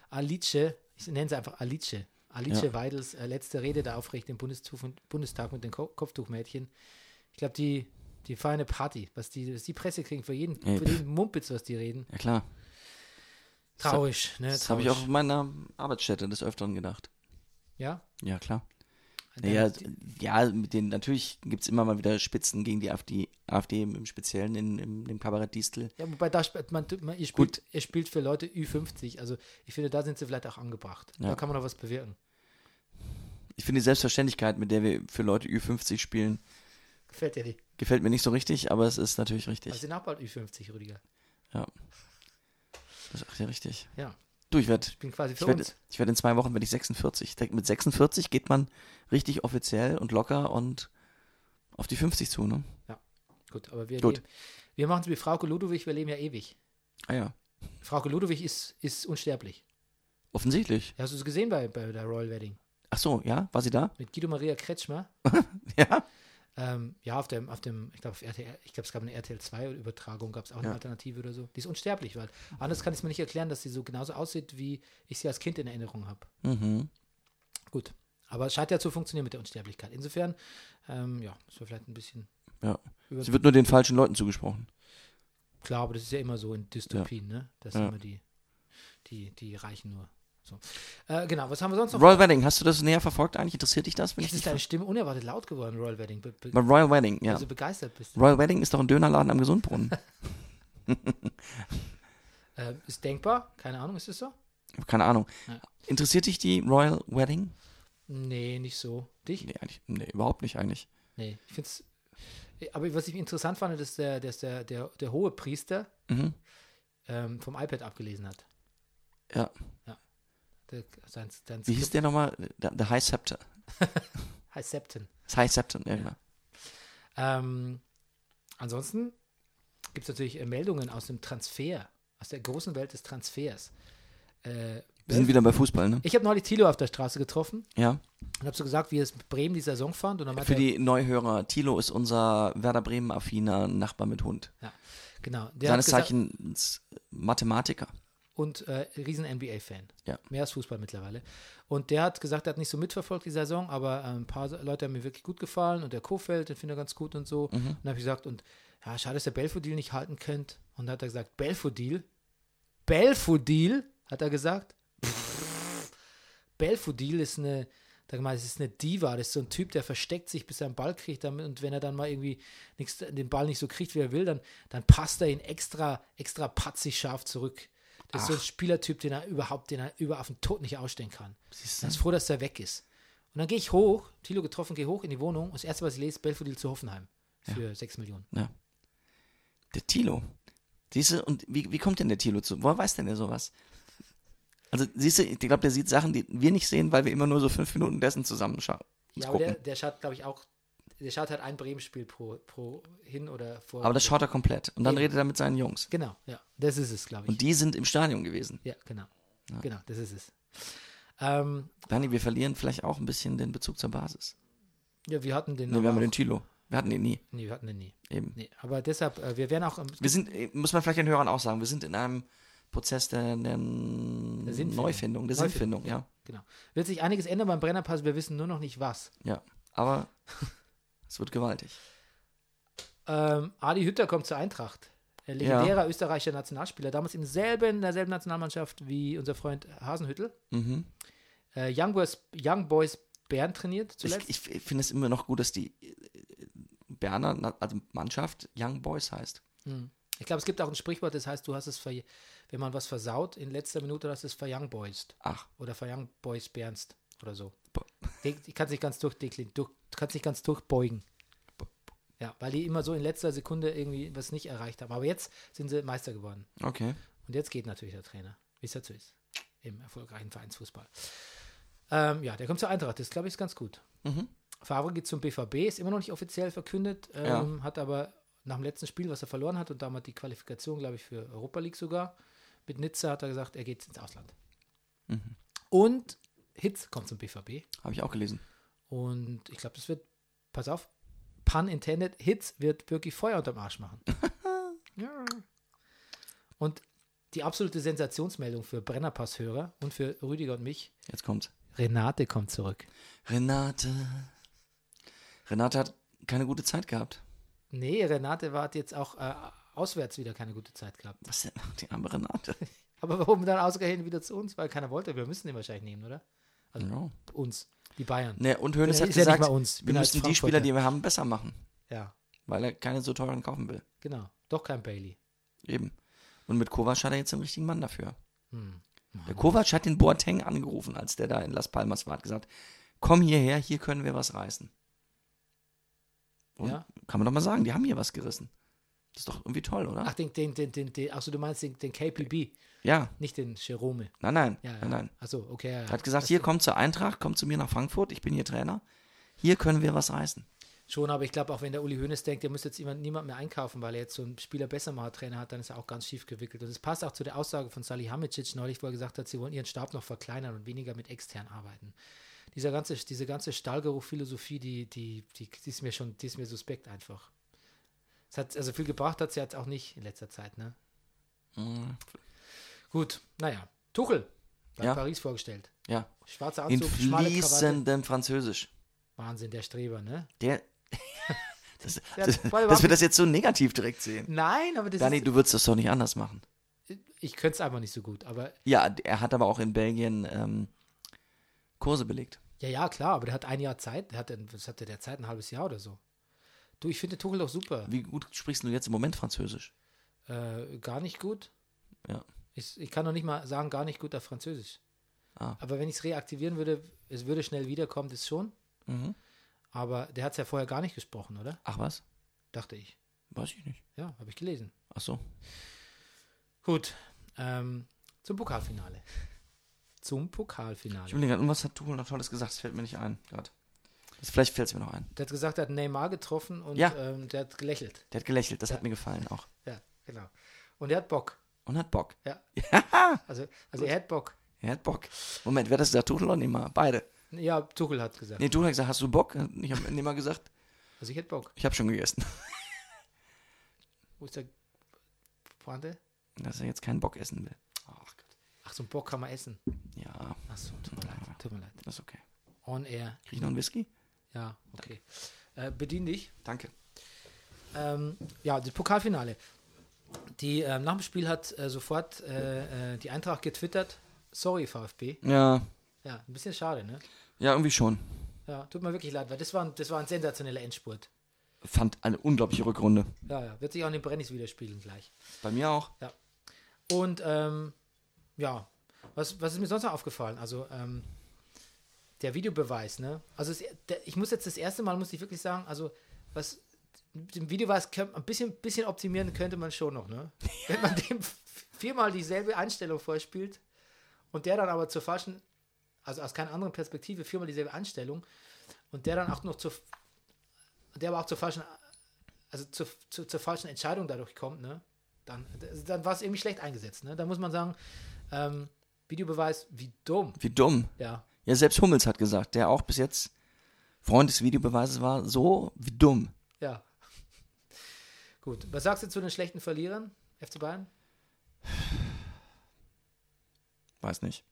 A: Alice, ich nenne sie einfach Alice, Alice
B: Ja.
A: Weidels äh, letzte Rede da aufregt im Bundestuf, Bundestag mit den Ko Kopftuchmädchen. Ich glaube, die, die feiern eine Party, was die, was die Presse kriegen für jeden,
B: Ey,
A: für jeden Mumpitz, was die reden.
B: Ja, klar.
A: Traurig, ne?
B: Das habe ich auch auf meiner Arbeitsstätte des Öfteren gedacht.
A: Ja?
B: Ja, klar. Naja, ja, mit den, natürlich gibt es immer mal wieder Spitzen gegen die AfD, AfD im Speziellen in, in dem Kabarett Distel.
A: Ja, wobei da spielt man, man ihr spielt, ihr spielt für Leute Ü50. Also ich finde, da sind sie vielleicht auch angebracht. Da
B: Ja.
A: kann man noch was bewirken.
B: Ich finde die Selbstverständlichkeit, mit der wir für Leute Ü50 spielen,
A: Gefällt dir nicht.
B: gefällt mir nicht so richtig, aber es ist natürlich
A: Also
B: richtig.
A: sind auch bald Ü50, Rüdiger.
B: Ja. Das ist ja richtig.
A: Ja.
B: Du, ich werde
A: Ich bin quasi für
B: ich werd,
A: uns.
B: ich werd in zwei Wochen werde ich 46. Ich denk, Mit 46 geht man richtig offiziell und locker und auf die 50 zu, ne?
A: Gut, aber wir,
B: Gut.
A: Leben, wir machen es wie Frauke Ludowig, wir leben ja ewig.
B: Ah ja.
A: Frauke Ludowig ist, ist unsterblich.
B: Offensichtlich.
A: Hast du es gesehen bei, bei der Royal Wedding?
B: Ach so, ja? War sie da?
A: Mit Guido Maria Kretschmer.
B: *laughs* Ja?
A: Ähm, ja, auf dem, auf dem, ich glaube, auf RTL, ich glaube, es gab eine RTL 2 Übertragung, gab es auch eine
B: Ja.
A: Alternative oder so. Die ist unsterblich, weil anders kann ich es mir nicht erklären, dass sie so genauso aussieht, wie ich sie als Kind in Erinnerung habe.
B: Mhm.
A: Gut. Aber es scheint ja zu funktionieren mit der Unsterblichkeit. Insofern, ähm, ja, müssen wir vielleicht ein bisschen
B: Ja.
A: Über-
B: Sie wird nur den falschen Leuten zugesprochen.
A: klar, aber das ist ja immer so in Dystopien, ne? Das sind
B: Ja.
A: immer die, die, die Reichen nur. So. Äh, genau, was haben wir sonst noch?
B: Royal Wedding, hast du das näher verfolgt eigentlich? Interessiert dich das? Wenn ich
A: Jetzt
B: dich
A: ist deine Stimme unerwartet laut geworden, Royal Wedding. Be be
B: Bei Royal Wedding, ja.
A: Also begeistert bist.
B: Royal Wedding ist doch ein Dönerladen
A: *laughs*
B: am Gesundbrunnen.
A: Äh, ist denkbar, keine Ahnung, ist es so?
B: Keine Ahnung.
A: Ja.
B: Interessiert dich die Royal Wedding?
A: Nee, nicht so. Dich?
B: Nee, eigentlich, nee, überhaupt nicht eigentlich.
A: Nee, ich finde es. Aber was ich interessant fand, ist, dass der, dass der, der, der hohe Priester
B: Mhm.
A: ähm, vom iPad abgelesen hat.
B: Ja.
A: Der, sein sein
B: Wie hieß der nochmal? Der, der High Scepter.
A: Heißt Septon.
B: Das High Scepter, ja, genau.
A: Ähm, ansonsten gibt es natürlich äh, Meldungen aus dem Transfer, aus der großen Welt des Transfers. Äh,
B: Wir sind wieder bei Fußball, ne?
A: ich habe neulich Thilo auf der Straße getroffen
B: Ja.
A: und habe so gesagt, wie es mit Bremen die Saison fand. Und dann meinte er,
B: Für die Neuhörer, Thilo ist unser Werder Bremen-affiner Nachbar mit Hund.
A: ja, genau, der
B: Seines
A: hat gesagt,
B: Zeichens Mathematiker.
A: und äh, riesen NBA-Fan.
B: Ja.
A: Mehr als Fußball mittlerweile. Und der hat gesagt, er hat nicht so mitverfolgt die Saison, aber äh, ein paar Leute haben mir wirklich gut gefallen und der Kofeld, den findet er ganz gut und so. Und dann habe ich gesagt, und ja, schade, dass der Belfodil nicht halten könnt. Und dann hat er gesagt, Belfodil? Belfodil? Hat er gesagt. Pff. Belfodil ist eine, da gemeint, das ist eine Diva, das ist so ein Typ, der versteckt sich, bis er einen Ball kriegt damit, und wenn er dann mal irgendwie nix, den Ball nicht so kriegt, wie er will, dann, dann passt er ihn extra, extra patzig scharf zurück. Das ist so ein Spielertyp, den er überhaupt, den er über auf den Tod nicht ausstehen kann. Er ist froh, dass er weg ist. Und dann gehe ich hoch, Thilo getroffen, gehe hoch in die Wohnung und das erste, was ich lese, Belfodil zu Hoffenheim für 6 Millionen.
B: Ja. Der Thilo. Siehst du, und wie, wie kommt denn der Thilo zu? Woher weiß denn der sowas? Also, siehst du, ich glaube, der sieht Sachen, die wir nicht sehen, weil wir immer nur so fünf Minuten dessen zusammenschauen.
A: Ja, aber
B: gucken.
A: der, der schaut, glaube ich, auch, der schaut halt ein Bremen-Spiel pro, pro hin oder vor.
B: aber das schaut er komplett. Und dann
A: Eben.
B: redet er mit seinen Jungs.
A: Genau, ja. Das ist es, glaube ich.
B: Und die sind im Stadion gewesen.
A: ja, genau. Genau, das ist es. Ähm,
B: Dani, wir verlieren vielleicht auch ein bisschen den Bezug zur Basis.
A: ja, wir hatten den.
B: Nee, wir haben
A: aber
B: den
A: auch-
B: Thilo. Wir hatten ihn nie.
A: nee, wir hatten den nie.
B: Eben.
A: Nee, aber deshalb, äh, wir werden auch, ähm,
B: Wir sind, äh, muss man vielleicht den Hörern auch sagen, wir sind in einem Prozess der, der, der
A: Sinnfindung.
B: Neufindung, der Sinnfindung, ja.
A: genau. Wird sich einiges ändern beim Brennerpass, wir wissen nur noch nicht was.
B: Ja. Aber
A: *laughs*
B: es wird gewaltig.
A: Ähm, Adi Hütter kommt zur Eintracht. Ein legendärer österreichischer Nationalspieler, damals im selben, derselben Nationalmannschaft wie unser Freund Hasenhüttel.
B: Mhm.
A: Äh, Young, Boys, Young Boys Bern trainiert zuletzt.
B: Ich, ich finde es immer noch gut, dass die äh, Berner, Na- also Mannschaft, Young Boys heißt.
A: Hm. Ich glaube, es gibt auch ein Sprichwort, das heißt, du hast es, ver wenn man was versaut, in letzter Minute hast du es verjungboyst
B: Ach,
A: oder verjungboysbernst oder so.
B: Bo-
A: Ich, ich kann es nicht ganz durchdeckeln, durch, kann es nicht ganz durchbeugen. Ja, weil die immer so in letzter Sekunde irgendwie was nicht erreicht haben. Aber jetzt sind sie Meister geworden.
B: okay.
A: Und jetzt geht natürlich der Trainer, wie es dazu ist, im erfolgreichen Vereinsfußball. Ähm, ja, der kommt zur Eintracht, das glaube ich ist ganz gut.
B: Mhm.
A: Favre geht zum BVB, ist immer noch nicht offiziell verkündet, ähm, hat aber nach dem letzten Spiel, was er verloren hat und damals die Qualifikation, glaube ich, für Europa League sogar, mit Nizza hat er gesagt, er geht ins Ausland. Und Hitz kommt zum BVB
B: Habe ich auch gelesen.
A: und ich glaube, das wird, pass auf, pun intended, Hitz wird wirklich Feuer unterm Arsch machen. ja. Und die absolute Sensationsmeldung für Brennerpass-Hörer und für Rüdiger und mich,
B: Jetzt kommt's.
A: Renate kommt zurück.
B: Renate. Renate hat keine gute Zeit gehabt.
A: Nee, Renate war hat jetzt auch äh, auswärts wieder keine gute Zeit gehabt.
B: *laughs* Was denn? Die arme Renate.
A: Aber *laughs* warum dann ausgerechnet wieder zu uns? Weil keiner wollte. Wir müssen den wahrscheinlich nehmen, oder?
B: Ja.
A: Uns, die Bayern.
B: Ne, und Hönes
A: Der
B: hat
A: ist ja nicht
B: gesagt,
A: bei uns. Ich
B: wir
A: bin als
B: müssen die
A: Frankfurter.
B: Spieler, die wir haben, besser machen,
A: Ja,
B: weil er keine so teuren kaufen will.
A: genau. Doch kein Bailey.
B: Eben. Und mit Kovac hat er jetzt den richtigen Mann dafür.
A: Hm.
B: Der Kovac hat den Boateng angerufen, als der da in Las Palmas war, hat gesagt, komm hierher, hier können wir was reißen. Und
A: Ja.
B: kann man doch mal sagen, die haben hier was gerissen. Das ist doch irgendwie toll, oder?
A: Ach, den, den, den, den, den achso, du meinst den, den KPB,
B: Ja,
A: nicht den Jerome.
B: nein, nein,
A: Ja, ja.
B: nein, nein.
A: Achso, okay. Ja, ja.
B: Er hat gesagt, hier, kommt zur Eintracht, kommt zu mir nach Frankfurt, ich bin hier Trainer. Hier können wir was reißen.
A: Schon, aber ich glaube, auch wenn der Uli Hoeneß denkt, er müsste jetzt jemand, niemand mehr einkaufen, weil er jetzt so einen Spieler besser mal Trainer hat, dann ist er auch ganz schief gewickelt. Und es passt auch zu der Aussage von Salihamidzic neulich, wo er gesagt hat, sie wollen ihren Stab noch verkleinern und weniger mit extern arbeiten. Dieser ganze, diese ganze Stahlgeruch-Philosophie, die, die, die, die ist mir schon, die ist mir suspekt einfach. Es hat also viel gebracht, hat sie jetzt auch nicht in letzter Zeit, ne? Gut, naja. Tuchel, bei
B: Mhm. Ja.
A: Paris vorgestellt.
B: Ja.
A: Schwarzer
B: In
A: Anzug, schmale Krawatte.
B: fließendem Französisch.
A: Wahnsinn, der Streber, ne?
B: Der. *laughs* Das,
A: Der
B: das,
A: hat voll
B: dass wir das jetzt so negativ direkt sehen.
A: Nein, aber das
B: Dani,
A: ist,
B: du würdest das doch nicht anders machen.
A: ich könnte es einfach nicht so gut, aber
B: Ja, er hat aber auch in Belgien ähm, Kurse belegt.
A: Ja, ja, klar, aber der hat ein Jahr Zeit. Der hat, was hatte der Zeit? Ein halbes Jahr oder so. Du, ich finde Tuchel doch super.
B: Wie gut sprichst du jetzt im Moment Französisch?
A: Äh, gar nicht gut.
B: Ja.
A: Ich, ich kann noch nicht mal sagen, gar nicht gut auf Französisch.
B: Ah.
A: Aber wenn ich es reaktivieren würde, es würde schnell wiederkommen, das schon.
B: Mhm.
A: Aber der hat es ja vorher gar nicht gesprochen, oder?
B: Ach was?
A: Dachte ich.
B: Weiß ich nicht.
A: Ja, habe ich gelesen.
B: Ach so.
A: Gut, ähm, zum Pokalfinale. *laughs* Zum Pokalfinale.
B: Ich überlege gerade, irgendwas hat Tuchel noch Tolles gesagt. Das fällt mir nicht ein. Grad. Das, vielleicht fällt es mir noch ein.
A: Der hat gesagt, er hat Neymar getroffen und
B: Ja.
A: ähm, der hat gelächelt.
B: Der hat gelächelt. Das hat mir gefallen auch.
A: Ja, genau. Und er hat Bock.
B: Und hat Bock.
A: Ja. also, also er hat Bock.
B: Er hat Bock. Moment, wer hat das gesagt? Tuchel oder Neymar? Beide.
A: Ja, Tuchel hat gesagt.
B: Nee, Tuchel hat gesagt, hast du Bock? Ich habe Neymar gesagt,
A: Also ich hätte Bock.
B: ich habe schon gegessen. *laughs*
A: Wo ist der Pointe?
B: Dass er jetzt keinen Bock essen will. Ach Gott.
A: Ach, so einen Bock kann man essen.
B: Ja,
A: Ach so, tut mir leid. Tut mir leid.
B: das ist okay.
A: On air.
B: Krieg ich noch einen Whisky?
A: Ja, okay. Äh, bedien dich.
B: Danke.
A: Ähm, ja, das Pokalfinale. Die, ähm, nach dem Spiel hat äh, sofort äh, äh, die Eintracht getwittert. Sorry, VfB.
B: Ja,
A: Ja, ein bisschen schade, ne?
B: ja, irgendwie schon.
A: Ja, tut mir wirklich leid, weil das war ein, das war ein sensationeller Endspurt.
B: Fand eine unglaubliche Rückrunde.
A: Ja, ja, wird sich auch in den Brennis widerspiegeln gleich.
B: Bei mir auch.
A: Und ähm, ja, was, was ist mir sonst noch aufgefallen? Also ähm, der Videobeweis, ne? Also es, der, ich muss jetzt das erste Mal, muss ich wirklich sagen, also was den Videobeweis könnt, ein bisschen, bisschen optimieren könnte man schon noch, ne? Wenn man dem viermal dieselbe Einstellung vorspielt und der dann aber zur falschen, also aus keiner anderen Perspektive viermal dieselbe Einstellung und der dann auch noch zur, der aber auch zur falschen, also zur, zur, zur falschen Entscheidung dadurch kommt, ne? dann, dann war es irgendwie schlecht eingesetzt. Ne? Da muss man sagen, ähm, Videobeweis, wie dumm.
B: Wie dumm.
A: Ja,
B: Ja, selbst Hummels hat gesagt, der auch bis jetzt Freund des Videobeweises war, so wie dumm.
A: ja. *laughs* Gut, was sagst du zu den schlechten Verlierern, FC Bayern?
B: Weiß nicht.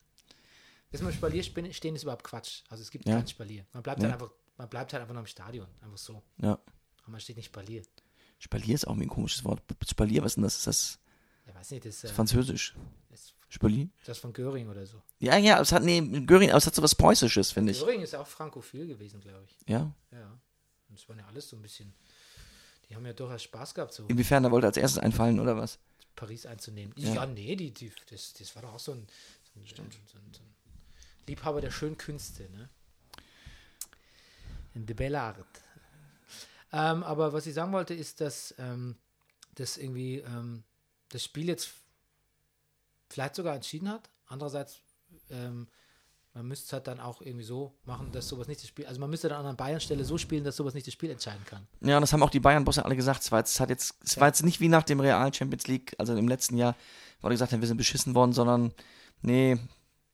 A: Ist man Spalier spin- stehen, ist überhaupt Quatsch. Also es gibt
B: Ja.
A: kein Spalier. Man bleibt,
B: Ja.
A: halt einfach, man bleibt halt einfach noch im Stadion, einfach so.
B: Ja.
A: Aber man steht nicht Spalier.
B: Spalier ist auch irgendwie ein komisches Wort. Spalier, was ist denn das? Ist das
A: Ja, weiß nicht, das, äh,
B: ist Französisch?
A: das,
B: Spalier?
A: das von Göring oder so.
B: Ja, ja, aber es hat, nee, Göring, aber es hat so was Preußisches, finde ich.
A: Göring ist ja auch frankophil gewesen, glaube ich.
B: Ja.
A: Ja. Und es waren ja alles so ein bisschen. Die haben ja durchaus Spaß gehabt, so
B: Inwiefern, da wollte als erstes einfallen, oder was?
A: Paris einzunehmen. Ja,
B: Ja.
A: nee, die, die, das, das war doch auch so ein, so ein, so ein, so ein, so ein Liebhaber der schönen Künste, ne? In de Belle Art. Ähm, aber was ich sagen wollte, ist, dass ähm, das irgendwie ähm, das Spiel jetzt vielleicht sogar entschieden hat. Andererseits, ähm, man müsste es halt dann auch irgendwie so machen, dass sowas nicht das Spiel, also man müsste dann an einer Bayern-Stelle so spielen, dass sowas nicht das Spiel entscheiden kann.
B: Ja, das haben auch die Bayern-Bosse alle gesagt. Es war jetzt, es hat jetzt, es war jetzt nicht wie nach dem Real Champions League, also im letzten Jahr, wo die gesagt haben, wir sind beschissen worden, sondern nee,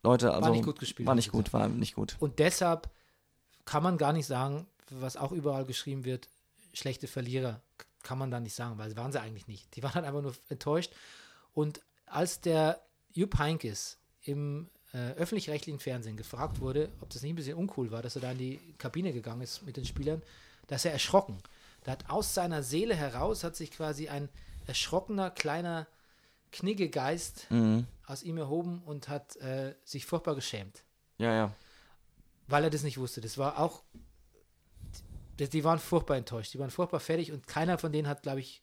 B: Leute, also
A: nicht gut gespielt,
B: war
A: haben
B: nicht
A: sie
B: gut, war nicht gut.
A: Und deshalb kann man gar nicht sagen, was auch überall geschrieben wird, schlechte Verlierer, k- kann man da nicht sagen, weil waren sie eigentlich nicht. Die waren halt einfach nur enttäuscht. Und als der Jupp Heinkes im äh, öffentlich-rechtlichen Fernsehen gefragt wurde, ob das nicht ein bisschen uncool war, dass er da in die Kabine gegangen ist mit den Spielern, da ist er erschrocken. Da hat aus seiner Seele heraus hat sich quasi ein erschrockener kleiner Kniggegeist aus ihm erhoben und hat äh, sich furchtbar geschämt,
B: Ja, ja.
A: weil er das nicht wusste. Das war auch, die, die waren furchtbar enttäuscht, die waren furchtbar fertig und keiner von denen hat, glaube ich,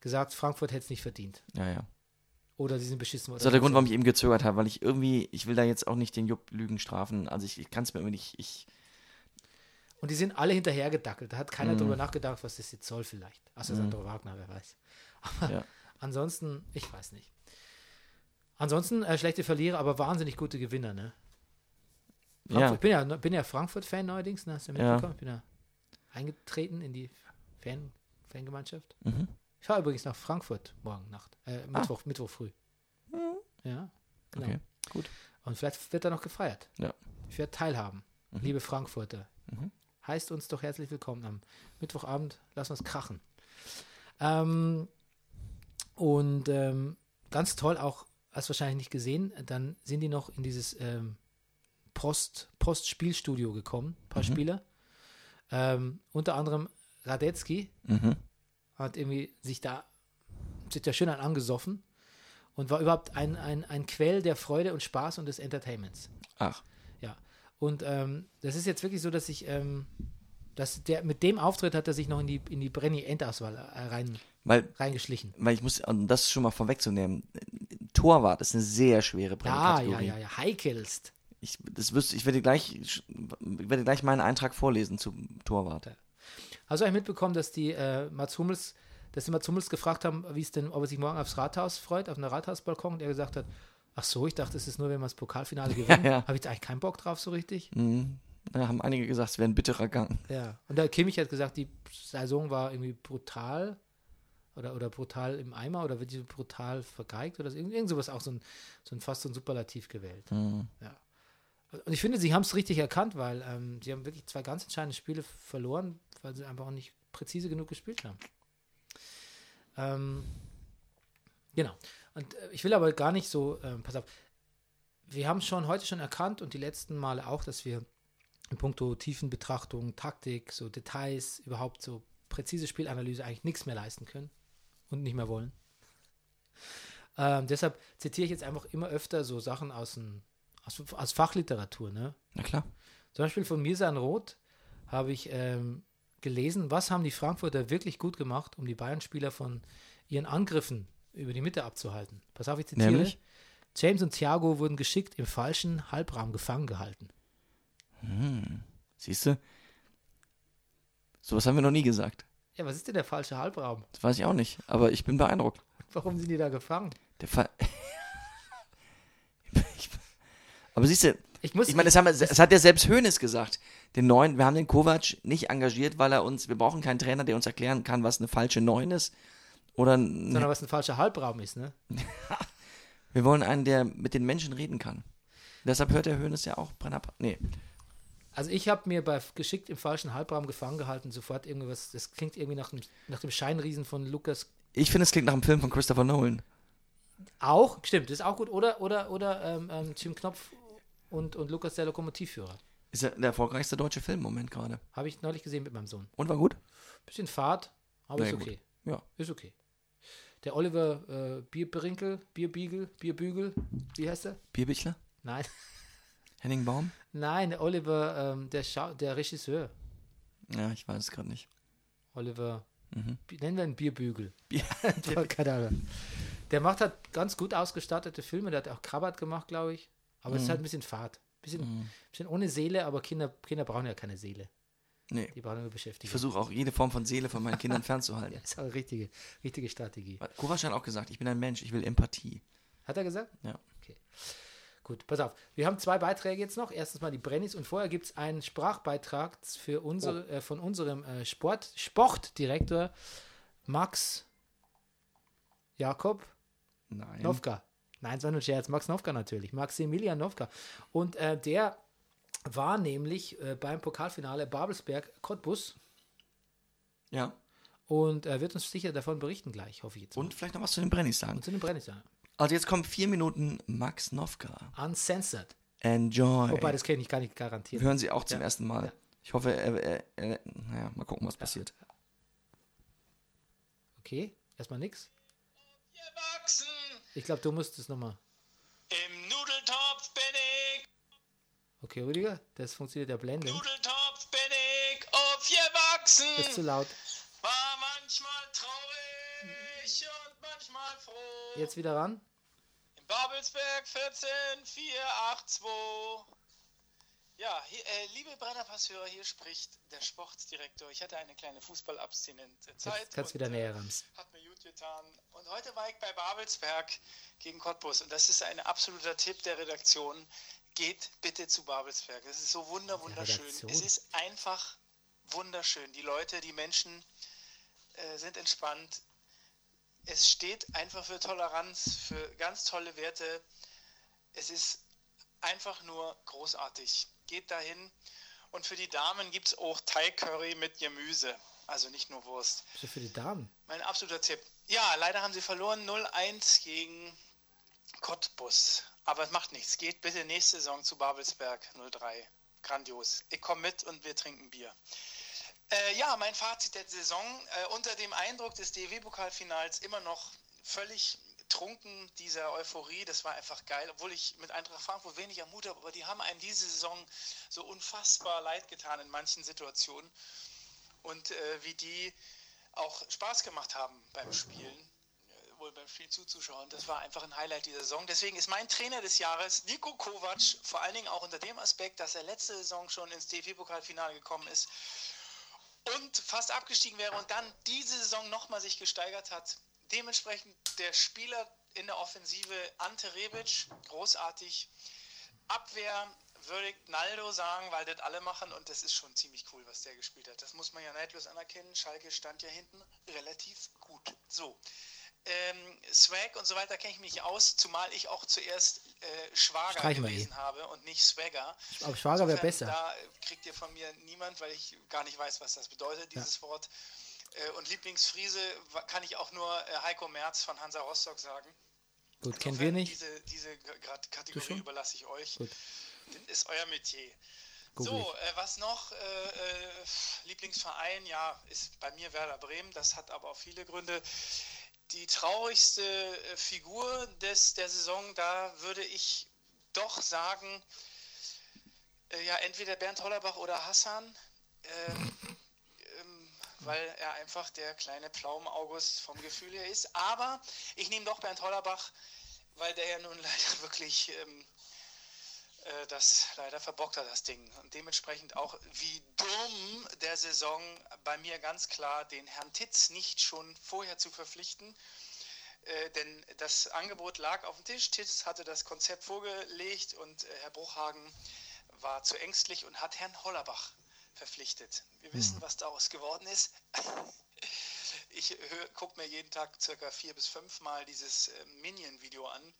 A: gesagt, Frankfurt hätte es nicht verdient.
B: Ja, ja.
A: Oder sie sind beschissen.
B: Das war der Grund, warum ich eben gezögert habe, weil ich irgendwie, ich will da jetzt auch nicht den Jupp Lügen strafen. Also ich, ich kann es mir irgendwie nicht, ich,
A: Und die sind alle hinterhergedackelt. Da hat
B: Mhm.
A: keiner drüber nachgedacht, was das jetzt soll vielleicht. Außer Sandro Wagner, wer weiß. *laughs* Aber
B: Ja.
A: ansonsten, ich weiß nicht. Ansonsten äh, schlechte Verlierer, aber wahnsinnig gute Gewinner, ne? Frankfurt,
B: ja.
A: Ich bin ja, bin ja Frankfurt-Fan neuerdings, ne? Hast du ja
B: Ja.
A: mitbekommen? Ich bin ja eingetreten in die Fan, Fangemeinschaft.
B: Mhm.
A: Ich fahre übrigens nach Frankfurt morgen Nacht. Äh, Mittwoch, Mittwoch früh. Ja, genau.
B: Ah. Mhm. Okay, gut.
A: Und vielleicht wird da noch gefeiert.
B: Ja. Mhm.
A: Ich werde teilhaben, liebe Frankfurter. Heißt uns doch herzlich willkommen am Mittwochabend. Lass uns krachen. Ähm, und ähm, ganz toll auch, hast du wahrscheinlich nicht gesehen, dann sind die noch in dieses ähm, Post, Post-Spielstudio gekommen, ein
B: Mhm.
A: paar Spieler. Ähm, unter anderem Radetzky hat irgendwie sich da, sich da schön an angesoffen und war überhaupt ein, ein, ein Quell der Freude und Spaß und des Entertainments.
B: Ach,
A: Ja. Und ähm, das ist jetzt wirklich so, dass ich, ähm, dass der mit dem Auftritt hat er sich noch in die, in die Brenny-Endauswahl äh, rein,
B: weil,
A: reingeschlichen.
B: weil ich muss, um das schon mal vorwegzunehmen, Torwart ist eine sehr schwere
A: Ja,
B: Prädikategorie.
A: Ah, ja, ja, ja, heikelst.
B: Ich, das wüsste, ich werde gleich, ich werde gleich meinen Eintrag vorlesen zum Torwart.
A: Hast du eigentlich mitbekommen, dass die äh, Mats Hummels, dass die Mats Hummels gefragt haben, wie es denn, ob er sich morgen aufs Rathaus freut, auf einen Rathausbalkon und er gesagt hat, ach so, ich dachte, es ist nur, wenn wir das Pokalfinale gewinnen.
B: *laughs* ja.
A: Habe ich da eigentlich keinen Bock drauf so richtig?
B: Mhm. Da haben einige gesagt, es wäre ein bitterer Gang.
A: Ja. Und der Kimmich hat gesagt, die Saison war irgendwie brutal oder, oder brutal im Eimer oder wird die brutal vergeigt oder so, irgend, irgend sowas auch so ein, so ein fast so ein Superlativ gewählt. Ja. Und ich finde, sie haben es richtig erkannt, weil ähm, sie haben wirklich zwei ganz entscheidende Spiele verloren, weil sie einfach auch nicht präzise genug gespielt haben. Ähm, genau. Und äh, ich will aber gar nicht so, ähm, pass auf, wir haben schon heute schon erkannt und die letzten Male auch, dass wir in puncto Tiefenbetrachtung, Taktik, so Details, überhaupt so präzise Spielanalyse eigentlich nichts mehr leisten können und nicht mehr wollen. Ähm, deshalb zitiere ich jetzt einfach immer öfter so Sachen aus, dem, aus, aus Fachliteratur. Ne?
B: Na klar.
A: Zum Beispiel von Mirsan Roth habe ich ähm, gelesen, was haben die Frankfurter wirklich gut gemacht, um die Bayern-Spieler von ihren Angriffen über die Mitte abzuhalten. Pass auf, ich zitiere.
B: Nämlich?
A: James und Thiago wurden geschickt im falschen Halbraum gefangen gehalten.
B: Siehst du? Sowas haben wir noch nie gesagt.
A: Ja, was ist denn der falsche Halbraum?
B: Das weiß ich auch nicht, aber ich bin beeindruckt.
A: Warum sind die da gefangen?
B: Der Fall. *laughs* Ich- aber siehst du,
A: Ich muss.
B: ich
A: *laughs*
B: meine, das, haben wir, das hat ja selbst Hoeneß gesagt. Den neuen, wir haben den Kovac nicht engagiert, weil er uns, wir brauchen keinen Trainer, der uns erklären kann, was eine falsche Neun ist. Oder ein-
A: sondern was ein falscher Halbraum ist, ne?
B: wir wollen einen, der mit den Menschen reden kann. Deshalb hört der Hoeneß ja auch Brennerpass. Nee,
A: Also ich habe mir bei f- geschickt im falschen Halbraum gefangen gehalten, sofort irgendwas, das klingt irgendwie nach dem, nach dem Scheinriesen von Lukas.
B: ich finde, es klingt nach einem Film von Christopher Nolan.
A: Auch, stimmt, das ist auch gut. Oder, oder, oder ähm, ähm, Jim Knopf und, und Lukas der Lokomotivführer.
B: Ist ja der erfolgreichste deutsche Film im Moment gerade.
A: Habe ich neulich gesehen mit meinem Sohn.
B: Und war gut?
A: Bisschen Fahrt, aber
B: Naja,
A: ist
B: gut.
A: okay.
B: Ja.
A: Ist okay. Der Oliver äh, Bierbrinkel, Bierbiegel, Bierbügel, wie heißt er?
B: Bierbichler?
A: Nein. *laughs*
B: Henning Baum?
A: Nein, der Oliver, ähm, der, Schau der Regisseur.
B: Ja, ich weiß es gerade nicht.
A: Oliver, Bi- nennen wir ihn Bierbügel. *laughs*
B: Bier-
A: Keine Ahnung. Der macht halt ganz gut ausgestattete Filme. Der hat auch Krabbert gemacht, glaube ich. Aber es ist halt ein bisschen fad. Bisschen, bisschen ohne Seele, aber Kinder, Kinder brauchen ja keine Seele.
B: Nee.
A: Die brauchen nur
B: Ich
A: Beschäftigung.
B: versuche auch jede Form von Seele von meinen Kindern fernzuhalten.
A: *laughs* Das ist auch eine richtige, richtige Strategie.
B: Kovac hat auch gesagt, ich bin ein Mensch, ich will Empathie.
A: Hat er gesagt?
B: Ja.
A: Okay. Gut, pass auf. Wir haben zwei Beiträge jetzt noch. Erstens mal die Brennis und vorher gibt es einen Sprachbeitrag für unsere, äh, von unserem äh, Sport, Sportdirektor Max Jakob
B: Nein.
A: Novka. Nein, es war nur ein Scherz. Max Novka natürlich. Maximilian Novka. Und äh, der war nämlich äh, beim Pokalfinale Babelsberg Cottbus
B: Ja.
A: und äh, wird uns sicher davon berichten gleich, hoffe ich jetzt. mal.
B: Und vielleicht noch was zu den Brennies sagen.
A: Und zu den Brennis, ja.
B: Also jetzt kommen vier Minuten Max Novka.
A: Uncensored.
B: Enjoy.
A: Wobei, das kann ich gar nicht garantieren.
B: Hören Sie auch zum ersten Mal. Ich hoffe, er, er, er, naja, mal gucken, was passiert.
A: Okay, erstmal nix.
D: Wir wachsen,
A: Ich glaube, du musst es nochmal. Okay, Rüdiger, das funktioniert ja blendend.
D: Nudeltopf bin ich aufgewachsen.
A: Das ist zu laut.
D: War manchmal traurig und manchmal froh.
A: Jetzt wieder ran.
D: In Babelsberg 14482. Ja, hier, äh, liebe Brennerpasshörer, hier spricht der Sportdirektor. Ich hatte eine kleine fußballabstinente Zeit.
A: Jetzt kannst du
D: und,
A: wieder
D: äh,
A: näher ran.
D: Hat mir gut getan. Und heute war ich bei Babelsberg gegen Cottbus. Und das ist ein absoluter Tipp der Redaktion. Geht bitte zu Babelsberg. Es ist so wunder, wunderschön.
A: Redaktion.
D: Es ist einfach wunderschön. Die Leute, die Menschen äh, sind entspannt. Es steht einfach für Toleranz, für ganz tolle Werte. Es ist einfach nur großartig. Geht dahin. Und für die Damen gibt es auch Thai-Curry mit Gemüse. Also nicht nur Wurst.
A: Bist du für die Damen?
D: Mein absoluter Tipp. Ja, leider haben sie verloren 0-1 gegen Cottbus. Aber es macht nichts. Geht bitte nächste Saison zu Babelsberg 03. Grandios. Ich komme mit und wir trinken Bier. Äh, ja, mein Fazit der Saison. Äh, unter dem Eindruck des DW-Pokalfinals immer noch völlig trunken dieser Euphorie. Das war einfach geil, obwohl ich mit Eintracht Frankfurt wenig am Hut habe. Aber die haben einem diese Saison so unfassbar leid getan in manchen Situationen. Und äh, wie die auch Spaß gemacht haben beim Spielen, äh, wohl beim Spiel zuzuschauen. Das war einfach ein Highlight dieser Saison. Deswegen ist mein Trainer des Jahres Nico Kovac, vor allen Dingen auch unter dem Aspekt, dass er letzte Saison schon ins DFB-Pokalfinale gekommen ist und fast abgestiegen wäre und dann diese Saison nochmal sich gesteigert hat. Dementsprechend der Spieler in der Offensive Ante Rebic, großartig. Abwehr würde ich Naldo sagen, weil das alle machen und das ist schon ziemlich cool, was der gespielt hat. Das muss man ja neidlos anerkennen. Schalke stand ja hinten relativ gut. So. Ähm, Swag und so weiter kenne ich mich nicht aus, zumal ich auch zuerst äh, Schwager
A: Streichen wir eh.
D: gelesen habe und nicht Swagger.
A: Aber Schwager wäre besser.
D: Insofern, Da kriegt ihr von mir niemand, weil ich gar nicht weiß, was das bedeutet, dieses Wort. Äh, Und Lieblingsfriese wa- kann ich auch nur äh, Heiko Merz von Hansa Rostock sagen.
A: Gut, kennen wir
D: Insofern,
A: nicht.
D: Diese, diese G- Grad-
A: schon?
D: Kategorie überlasse ich euch.
A: Gut.
D: Das ist euer Metier.
A: Google
D: So, äh, was noch? Äh, äh, Lieblingsverein, ja, ist bei mir Werder Bremen. Das hat aber auch viele Gründe. Die traurigste äh, Figur des, der Saison, da würde ich doch sagen, äh, ja, entweder Bernd Hollerbach oder Hassan, ähm, ähm, weil er einfach der kleine Pflaum August vom Gefühl her ist. Aber ich nehme doch Bernd Hollerbach, weil der ja nun *laughs* leider wirklich ähm, äh, das leider verbockt hat, das Ding. Und dementsprechend auch, wie dumm der Saison bei mir ganz klar, den Herrn Titz nicht schon vorher zu verpflichten. Äh, denn das Angebot lag auf dem Tisch. Titz hatte das Konzept vorgelegt und äh, Herr Bruchhagen war zu ängstlich und hat Herrn Hollerbach verpflichtet. Wir wissen, was daraus geworden ist. *laughs* Ich gucke mir jeden Tag circa vier bis fünf Mal dieses äh, Minion-Video an.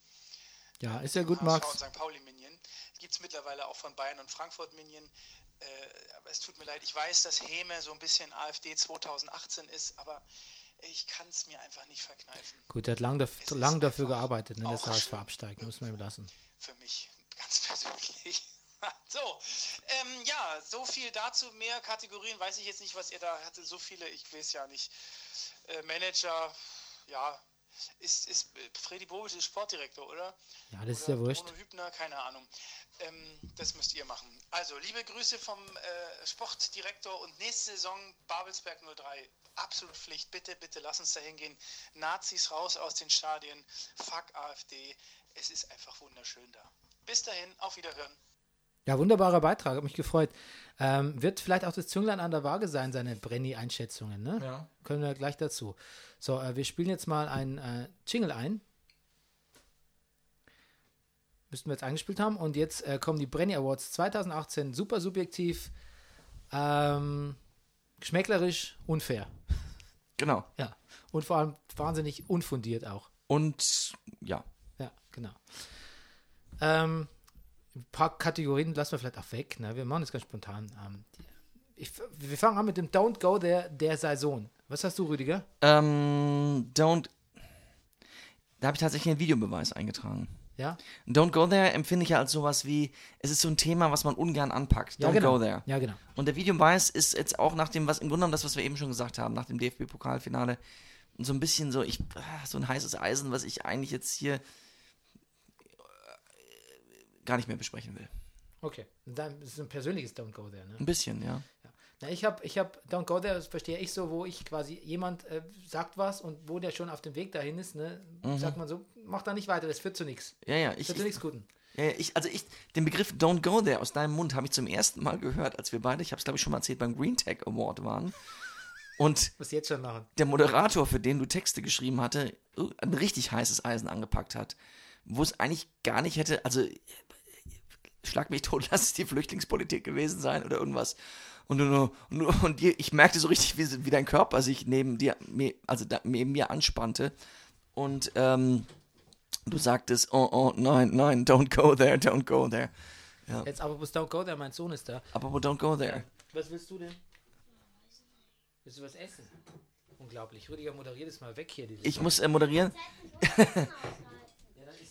A: Ja, ist ja gut,
D: HSV
A: Max.
D: und St. Pauli Minion. Gibt es mittlerweile auch von Bayern und Frankfurt Minion. Äh, aber es tut mir leid, ich weiß, dass Häme so ein bisschen AfD 2018 ist, aber ich kann es mir einfach nicht verkneifen.
A: Gut, der hat lang, daf
D: Es ist
A: lang dafür
D: einfach
A: gearbeitet, ne, dass
D: auch
A: der HSV
D: schön.
A: absteigt. Muss man ihm lassen.
D: Für mich, ganz *laughs* persönlich. so, ähm, ja, so viel dazu. Mehr Kategorien weiß ich jetzt nicht, was ihr da hatte. So viele, ich weiß ja nicht. Äh, Manager, ja. Ist, ist Freddy Bobic ist Sportdirektor, oder?
A: Ja, das ist
D: Oder
A: ja wurscht.
D: Bruno Hübner, keine Ahnung. Ähm, das müsst ihr machen. Also, liebe Grüße vom äh, Sportdirektor und nächste Saison Babelsberg 03. Absolut Pflicht. Bitte, bitte lass uns da hingehen. Nazis raus aus den Stadien. Fuck AfD. Es ist einfach wunderschön da. Bis dahin, auf Wiederhören.
A: Ja, wunderbarer Beitrag, hat mich gefreut. Ähm, wird vielleicht auch das Zünglein an der Waage sein, seine Brenny-Einschätzungen, ne?
C: Ja.
A: Können wir gleich dazu. So, äh, wir spielen jetzt mal einen äh, Jingle ein. Müssten wir jetzt eingespielt haben. Und jetzt äh, kommen die Brenny Awards 2018. Super subjektiv, ähm, geschmäcklerisch, unfair.
B: Genau.
A: Ja. Und vor allem wahnsinnig unfundiert auch.
B: Und ja,
A: Ja, genau. Ähm, ein paar Kategorien lassen wir vielleicht auch weg. Ne? Wir machen das ganz spontan. Ähm, die- ich, wir fangen an mit dem Don't Go der, der Saison. Was hast du, Rüdiger?
B: Ähm, don't. Da habe ich tatsächlich einen Videobeweis eingetragen.
A: Ja,
B: Don't Go There empfinde ich ja als sowas wie, es ist so ein Thema, was man ungern anpackt. Don't
A: ja genau.
B: Go There.
A: Ja, genau.
B: Und der Videobeweis ist jetzt auch nach dem, was im Grunde genommen das, was wir eben schon gesagt haben, nach dem DFB-Pokalfinale, so ein bisschen so, ich, ah, so ein heißes Eisen, was ich eigentlich jetzt hier äh, gar nicht mehr besprechen will.
A: Okay. Dann ist es ein persönliches Don't Go There, ne?
B: Ein bisschen, ja.
A: Na, ich habe, ich habe Don't Go There, das verstehe ich so, wo ich quasi jemand äh, sagt was und wo der schon auf dem Weg dahin ist, ne, sagt man so, mach da nicht weiter, das führt zu nichts.
B: Ja, ja, Mhm.
A: Das
B: ich,
A: führt zu
B: ich,
A: nichts Guten.
B: ja, ja, ich, also ich, den Begriff Don't Go There aus deinem Mund habe ich zum ersten Mal gehört, als wir beide, ich habe es glaube ich schon mal erzählt, beim Green Tech Award waren. Und
A: Muss jetzt schon machen.
B: der Moderator, für den du Texte geschrieben hatte, ein richtig heißes Eisen angepackt hat, wo es eigentlich gar nicht hätte, also schlag mich tot, *laughs* lass es die Flüchtlingspolitik gewesen sein oder irgendwas. Und, du nur, und, nur, und dir- ich merkte so richtig, wie, wie dein Körper sich neben dir, mir, also da, neben mir anspannte. Und ähm, du sagtest, oh, oh, nein, nein, don't go there, don't go there.
A: Jetzt aber Don't Go There, mein Sohn ist da.
B: Aber don't go there.
A: Was willst du denn? Willst du was essen? Unglaublich. Rüdiger moderiert es mal weg hier. Dieses
B: Ich muss äh, moderieren. *laughs*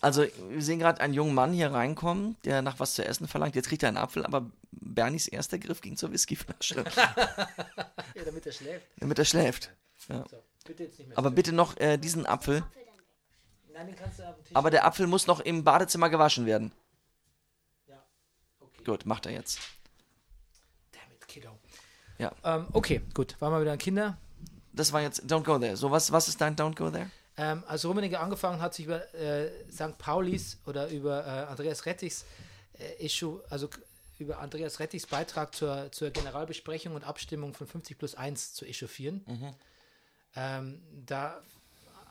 B: Also, wir sehen gerade einen jungen Mann hier reinkommen, der nach was zu essen verlangt. Jetzt kriegt er einen Apfel, aber Bernies erster Griff ging
A: *laughs*
B: zur Whiskyflasche, *laughs*
A: ja, damit er schläft.
B: damit er schläft.
A: So, bitte jetzt nicht mehr.
B: Aber bitte noch äh, diesen Apfel.
A: Nein, den kannst du auf den Tisch.
B: Aber der Apfel muss noch im Badezimmer gewaschen werden. Gut, macht er jetzt.
A: Damit, Kiddo.
B: Ja.
A: Ähm, okay, gut. Waren wir wieder an Kinder.
B: Das war jetzt Don't Go There. So, was, was ist dein Don't Go There?
A: Ähm, als Rummenigge angefangen hat, sich über äh, St. Paulis oder über äh, Andreas Rettichs äh, Issue, also k- über Andreas Rettichs Beitrag zur, zur Generalbesprechung und Abstimmung von 50 plus 1 zu echauffieren. Ähm, da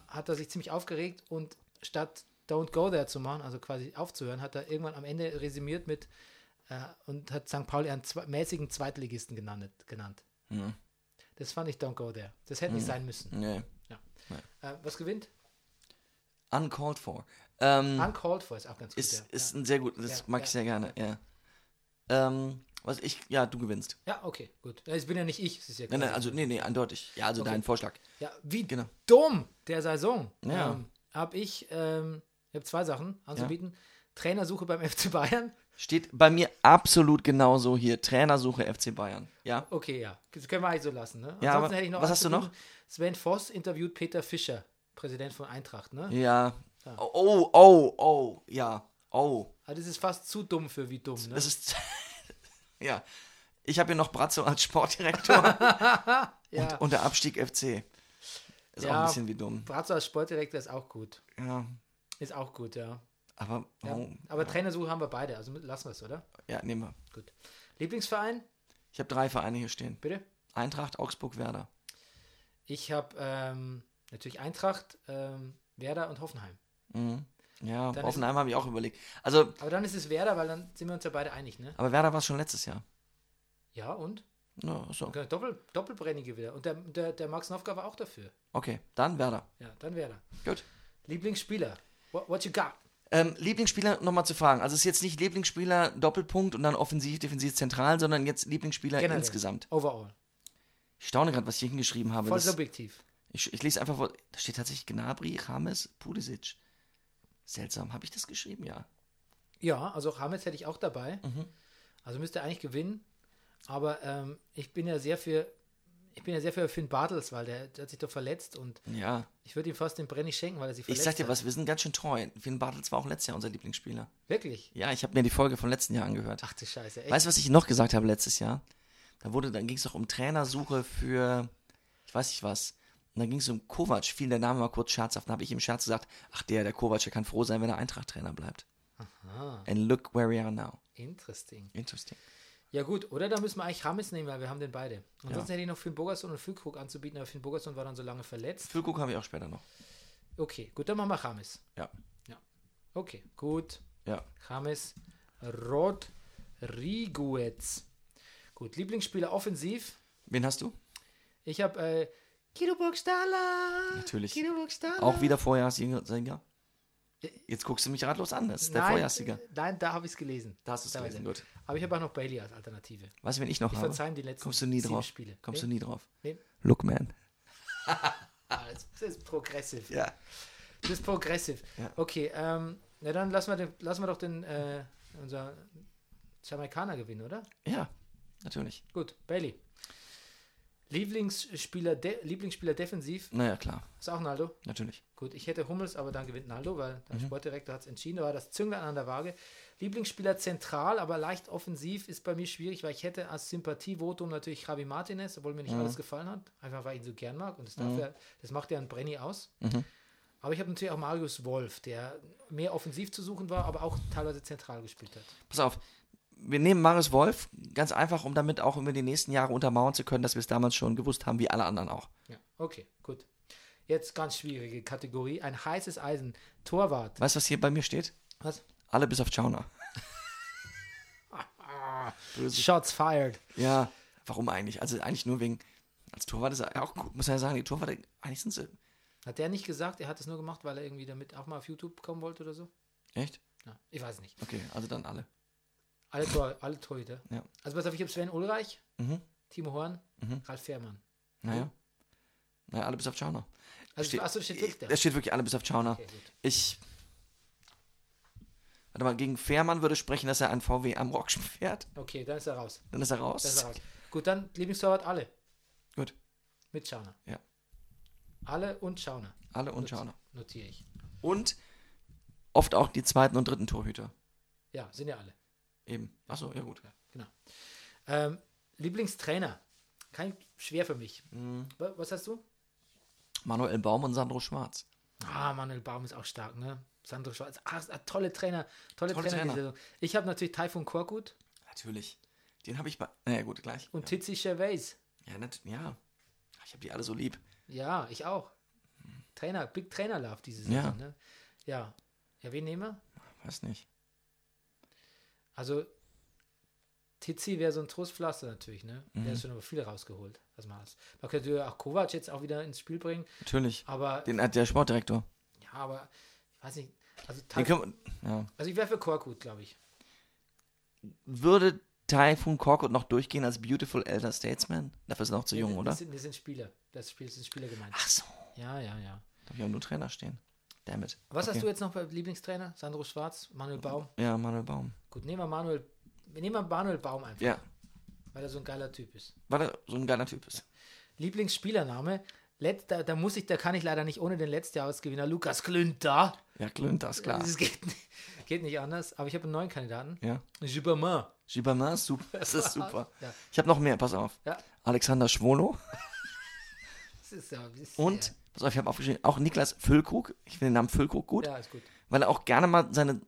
A: hat er sich ziemlich aufgeregt und statt Don't Go There zu machen, also quasi aufzuhören, hat er irgendwann am Ende resümiert mit äh, und hat St. Pauli einen zwe mäßigen Zweitligisten genannt. genannt. Das fand ich Don't Go There. Das hätte nicht sein müssen.
B: Nee.
A: Äh, was gewinnt?
B: Uncalled for. Ähm,
A: Uncalled for ist auch ganz gut.
B: ist,
A: ja.
B: ist ein sehr gut, das
A: Ja,
B: mag
A: ja.
B: ich sehr gerne, ja. Ähm, was ich, ja, du gewinnst.
A: ja, okay, gut. Ja, Es bin ja nicht ich. Es ist ja,
B: Nein, nein,
A: quasi-
B: also, nee, nee, eindeutig. Ja, also dein Vorschlag.
A: ja wie
B: genau.
A: dumm der Saison.
B: Ja.
A: Ähm, hab ich, ähm, ich habe zwei Sachen anzubieten. Trainersuche beim *laughs* FC Bayern.
B: Steht bei mir absolut genauso hier. Trainersuche FC Bayern. Ja.
A: Okay, ja. Das können wir eigentlich so lassen. Ne?
B: Ja, aber was hast du
A: anzubieten. Sven Voss interviewt Peter Fischer, Präsident von Eintracht. Ne?
B: Ja. Oh, oh, oh, ja. Oh.
A: Also das ist fast zu dumm für wie dumm. Ne?
B: Das ist. *laughs* ja. Ich habe hier noch Brazzo als Sportdirektor
A: ja. *laughs*
B: und der Abstieg FC. Ist auch
A: Ja.
B: ein bisschen wie dumm.
A: Brazzo als Sportdirektor ist auch gut.
B: Ja.
A: Ist auch gut, ja.
B: Aber.
A: ja.
B: Oh,
A: Aber Trainersuche haben wir beide. Also lassen wir es, oder?
B: ja, nehmen wir.
A: Gut. Lieblingsverein?
B: Ich habe drei Vereine hier stehen:
A: Bitte?
B: Eintracht, Augsburg, Werder.
A: Ich habe ähm, natürlich Eintracht, ähm, Werder und Hoffenheim.
B: Mhm. Ja,
A: Dann ist-
B: Hoffenheim habe ich auch überlegt. Also,
A: Aber dann ist es Werder, weil dann sind wir uns ja beide einig, ne?
B: aber Werder war es schon letztes Jahr.
A: Ja, und?
B: Ja, so.
A: Okay, Doppel, Doppelbrennige wieder. Und der, der, der Max Nowka war auch dafür.
B: Okay, dann Werder.
A: Ja, dann Werder.
B: Gut.
A: Lieblingsspieler? What, what you got?
B: Ähm, Lieblingsspieler nochmal zu fragen. Also es ist jetzt nicht Lieblingsspieler Doppelpunkt und dann offensiv, defensiv, zentral, sondern jetzt Lieblingsspieler
A: Generell.
B: insgesamt.
A: Overall.
B: Ich staune gerade, was ich hier hingeschrieben habe.
A: Voll
B: Das,
A: subjektiv.
B: ich, ich lese einfach vor. Da steht tatsächlich Gnabry, Rames, Pulisic. Seltsam. Habe ich das geschrieben? Ja.
A: Ja, also Hametz hätte ich auch dabei.
B: Mhm.
A: Also müsste er eigentlich gewinnen. Aber ähm, ich bin ja sehr für. Ich bin ja sehr für Finn Bartels, weil der, der hat sich doch verletzt und
B: Ja.
A: ich würde ihm fast den Brenny schenken, weil er sich
B: Ich
A: verletzt
B: sag dir
A: hat.
B: was, wir sind ganz schön treu. Finn Bartels war auch letztes Jahr unser Lieblingsspieler.
A: Wirklich?
B: Ja, ich habe mir die Folge von letzten Jahr angehört.
A: Ach du Scheiße, echt?
B: Weißt du, was ich noch gesagt habe letztes Jahr? Da wurde, dann ging es doch um Trainersuche für, ich weiß nicht was. Und dann ging es um Kovac, fiel der Name mal kurz scherzhaft. Dann habe ich im Scherz gesagt, ach der, der Kovac, der kann froh sein, wenn er Eintracht-Trainer bleibt. And look where we are now.
A: Interesting.
B: Interesting.
A: Ja gut, oder da müssen wir eigentlich Hammes nehmen, weil wir haben den beide. Ansonsten hätte ich noch Finn Bogerson und Füllkrug anzubieten, aber Finn Bogerson war dann so lange verletzt.
B: Füllkrug habe ich auch später noch.
A: Okay, gut, dann machen wir Hammes.
B: Ja.
A: Okay, gut.
B: Ja.
A: James Rodriguez. Gut, Lieblingsspieler offensiv.
B: Wen hast du?
A: Ich habe äh, Guido Burgstaller.
B: Natürlich.
A: Guido Burgstaller.
B: Auch wieder Vorjahrssieger? Jetzt guckst du mich ratlos an. Das ist der
A: Nein,
B: Vorjahrssieger.
A: äh, Nein, da habe ich es gelesen.
B: Da hast du es
A: Da
B: gelesen,
A: weiß ich.
B: gut.
A: Aber ich habe auch noch Bailey als Alternative.
B: Weißt du, wen ich noch
A: Ich
B: habe?
A: verzeih ihm die letzten
B: Kommst du nie
A: sieben
B: drauf.
A: Spiele.
B: Kommst
A: Wen?
B: du nie draf.
A: Wen?
B: Look, man.
A: Ah, das das ist progressiv.
B: Ja.
A: Das ist progressiv.
B: Ja.
A: Okay, ähm, na dann lassen wir, den, lassen wir doch den äh, unser Jamaikaner gewinnen, oder?
B: Ja, natürlich.
A: Gut, Bailey. Lieblingsspieler, de Lieblingsspieler defensiv
B: Naja, klar,
A: ist auch Naldo.
B: natürlich.
A: Gut, ich hätte Hummels, aber dann gewinnt Naldo, weil der Sportdirektor hat es entschieden. Da war das Zünglein an der Waage. Lieblingsspieler zentral, aber leicht offensiv ist bei mir schwierig, weil ich hätte als Sympathievotum natürlich Javi Martinez, obwohl mir nicht alles gefallen hat. Einfach weil ich ihn so gern mag und das, darf er, das macht ja ein Brenny aus. Aber ich habe natürlich auch Marius Wolf, der mehr offensiv zu suchen war, aber auch teilweise zentral gespielt hat.
B: Pass auf, wir nehmen Marius Wolf, ganz einfach, um damit auch über die nächsten Jahre untermauern zu können, dass wir es damals schon gewusst haben, wie alle anderen auch.
A: Ja, okay, gut. Jetzt ganz schwierige Kategorie. Ein heißes Eisen. Torwart.
B: Weißt du, was hier bei mir steht?
A: Was?
B: Alle bis auf Chauner.
A: Shots fired.
B: Ja, warum eigentlich? Also eigentlich nur wegen, als Torwart ist er auch gut, muss man ja sagen, die Torwarte, eigentlich sind sie,
A: Hat der nicht gesagt, er hat es nur gemacht, weil er irgendwie damit auch mal auf YouTube kommen wollte oder so?
B: echt?
A: Ja, ich weiß nicht.
B: Okay, also dann alle.
A: Alle, Tor, alle Torhüter.
B: Ja.
A: Also pass auf, ich habe Sven Ulreich,
B: Mhm.
A: Timo Horn, Ralf Fährmann.
B: Naja. Naja, alle bis auf Chauner.
A: Also,
B: Steht-
A: achso, steht wirklich da.
B: Da steht wirklich alle bis auf Chauner.
A: gut.
B: ich. Warte mal, gegen Fährmann würde sprechen, dass er an VW am Rock *laughs* fährt.
A: Okay, dann ist er raus.
B: Dann ist er raus.
A: Dann ist er raus. Gut, dann Lieblingstorwart alle.
B: Gut.
A: Mit Schauner.
B: Ja.
A: Alle und Schauner.
B: Alle und
A: Gut.
B: Chauner.
A: Notiere ich.
B: Und oft auch die zweiten und dritten Torhüter.
A: Ja, sind ja alle.
B: Eben. Achso, ja gut.
A: Genau. Ähm, Lieblingstrainer. Kein schwer für mich.
B: Mhm.
A: Wa- Was hast du?
B: Manuel Baum und Sandro Schwarz.
A: Ah, Manuel Baum ist auch stark, ne? Sandro Schwarz. Ah, ist- ah, tolle Trainer. Tolle,
B: Tolle
A: Trainer.
B: Trainer.
A: Diese Saison. Ich habe natürlich Taifun Korkut
B: Natürlich. Den habe ich bei. Naja, gut, gleich.
A: und Tizi Gervais.
B: Ja, nat- ja. Ich habe die alle so lieb.
A: Ja, ich auch. Trainer, Big Trainer Love diese Saison,
B: Ja.
A: ne? Ja. Ja, wen nehmen wir?
B: Weiß nicht.
A: Also, Tizi wäre so ein Trostpflaster natürlich, ne?
B: Mhm.
A: Der ist schon aber viel rausgeholt, was man hat. Man könnte ja auch Kovac jetzt auch wieder ins Spiel bringen,
B: Natürlich.
A: aber
B: Den hat der Sportdirektor.
A: ja, aber ich weiß nicht. Also,
B: Den
A: Taifun,
B: können, wir- ja.
A: also ich wäre für Korkut, glaube ich.
B: Würde Typhoon Korkut noch durchgehen als Beautiful Elder Statesman? Dafür ist er noch zu jung, oder?
A: Das sind, das sind Spieler. Das Spiel das sind Spieler gemeint.
B: Ach so.
A: Ja, ja, ja.
B: Da habe ich auch nur Trainer stehen. Damn it.
A: Was
B: Okay.
A: hast du jetzt noch bei Lieblingstrainer? Sandro Schwarz, Manuel Baum.
B: Ja, Manuel Baum.
A: Gut, nehmen wir Manuel, wir nehmen mal Manuel Baum einfach,
B: Ja,
A: weil er so ein geiler Typ ist.
B: weil er so ein geiler Typ ist.
A: Lieblingsspielername. Let, da, da muss ich, da kann ich leider nicht ohne den Letztjahresgewinner Lukas Klünter.
B: Ja, Glünd, das ist klar.
A: Das geht, nicht- geht nicht anders. Aber ich habe einen neuen Kandidaten.
B: Ja.
A: Gibbermann.
B: Gibermann
A: *laughs*
B: ist super. Das ist super.
A: Ja.
B: Ich habe noch mehr, pass auf.
A: Ja.
B: Alexander Schwolo
A: Das ist ja, das ist
B: und, pass auf, ich habe aufgeschrieben, auch Niklas Füllkrug. Ich finde den Namen Füllkrug gut,
A: Ja, ja, ist gut.
B: weil er auch gerne mal seine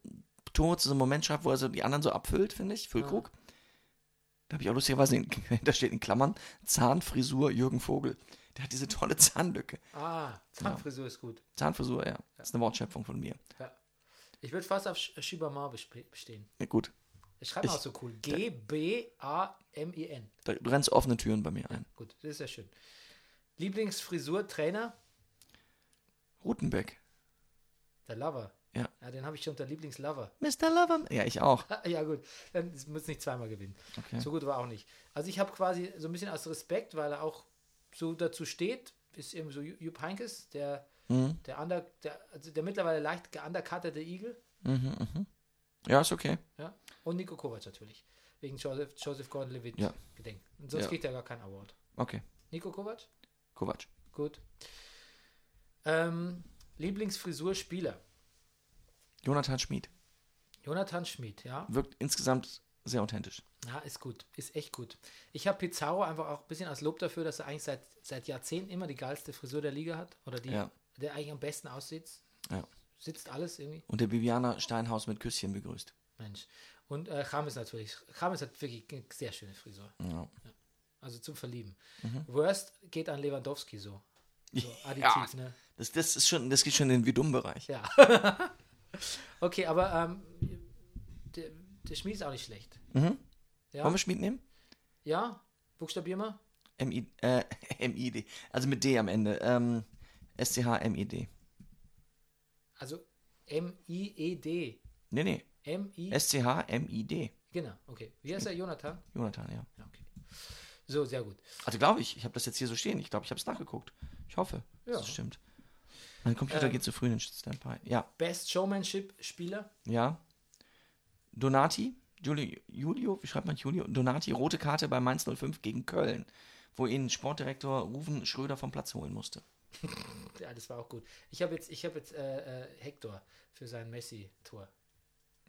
B: Tore zu so einem Moment schafft, wo er so die anderen so abfüllt, finde ich. Füllkrug. Da habe ich auch lustigerweise, *laughs* in, da steht in Klammern, Zahnfrisur Jürgen Vogel. Der hat diese tolle Zahnlücke.
A: Ah, Zahnfrisur ist gut.
B: Zahnfrisur, ja. Das ist eine Wortschöpfung von mir.
A: Ja. Ich würde fast auf Schübermann bestehen.
B: Ja, gut.
A: Ich schreibe mal
B: Ich-
A: auch so cool. G-B-A-M-I-N.
B: Da, du rennst offene Türen bei mir ein.
A: Gut, das ist ja schön. Lieblingsfrisur, Trainer,
B: Rutenbeck.
A: der Lover.
B: Ja.
A: ja den habe ich schon unter Lieblingslover.
B: Mr. Lover. Ja, ich auch.
A: *laughs* ja, gut, dann muss nicht zweimal gewinnen.
B: Okay.
A: So gut war auch nicht. Also, ich habe quasi so ein bisschen aus Respekt, weil er auch so dazu steht, ist eben so Ju- Jupp Heinkes, der,
B: Mhm.
A: der, under, der, also der mittlerweile leicht geundercutterte Igel.
B: Ja, ist okay.
A: Ja? Und Nico Kovac natürlich. Wegen Joseph, Joseph Gordon-Levitt
B: Ja.
A: gedenkt. Und sonst
B: Ja.
A: kriegt er gar keinen Award.
B: Okay.
A: Nico Kovac?
B: Kovac.
A: Gut. Ähm, Lieblingsfrisurspieler.
B: Jonathan Schmid.
A: Jonathan Schmid, ja.
B: Wirkt insgesamt sehr authentisch.
A: Ja, ist gut. Ist echt gut. Ich habe Pizarro einfach auch ein bisschen als Lob dafür, dass er eigentlich seit, seit Jahrzehnten immer die geilste Frisur der Liga hat. Oder die,
B: Ja.
A: der eigentlich am besten aussieht.
B: Ja.
A: Sitzt alles irgendwie.
B: Und der Viviana Steinhaus mit Küsschen begrüßt.
A: Mensch. Und äh, James natürlich. James hat wirklich eine sehr schöne Frisur.
B: Ja. Mhm.
A: Also zum Verlieben. Worst geht an Lewandowski so.
B: *laughs*
A: So additiv, ne?
B: Das, das ist schon, das geht schon in den Vidum-Bereich.
A: Ja. okay, aber ähm, der, der Schmied ist auch nicht schlecht. Ja.
B: Wollen wir Schmid nehmen?
A: Ja, buchstabier mal.
B: M-I, äh, *laughs* M-I-D. Also mit D am Ende. Ähm, S-C-H-M-I-D.
A: Also E M-I-E-D.
B: Nee, nee.
A: M-I.
B: S-C-H-M-I-D.
A: Genau, okay. Wie heißt er? Jonathan?
B: Jonathan, ja.
A: Ja, okay. So, sehr gut.
B: Also glaube ich, ich habe das jetzt hier so stehen. Ich glaube, ich habe es nachgeguckt. Ich hoffe,
A: Ja. Ähm.
B: dass es stimmt. Mein Computer geht zu früh in den Standby. Ja,
A: Best Showmanship-Spieler?
B: ja. Donati, Julio, Julio, wie schreibt man Julio? Donati, rote Karte bei Mainz 05 gegen Köln. wo ihn Sportdirektor Ruven Schröder vom Platz holen musste.
A: Ja, das war auch gut. Ich habe jetzt, ich habe jetzt äh, äh, Hector für sein Messi-Tor.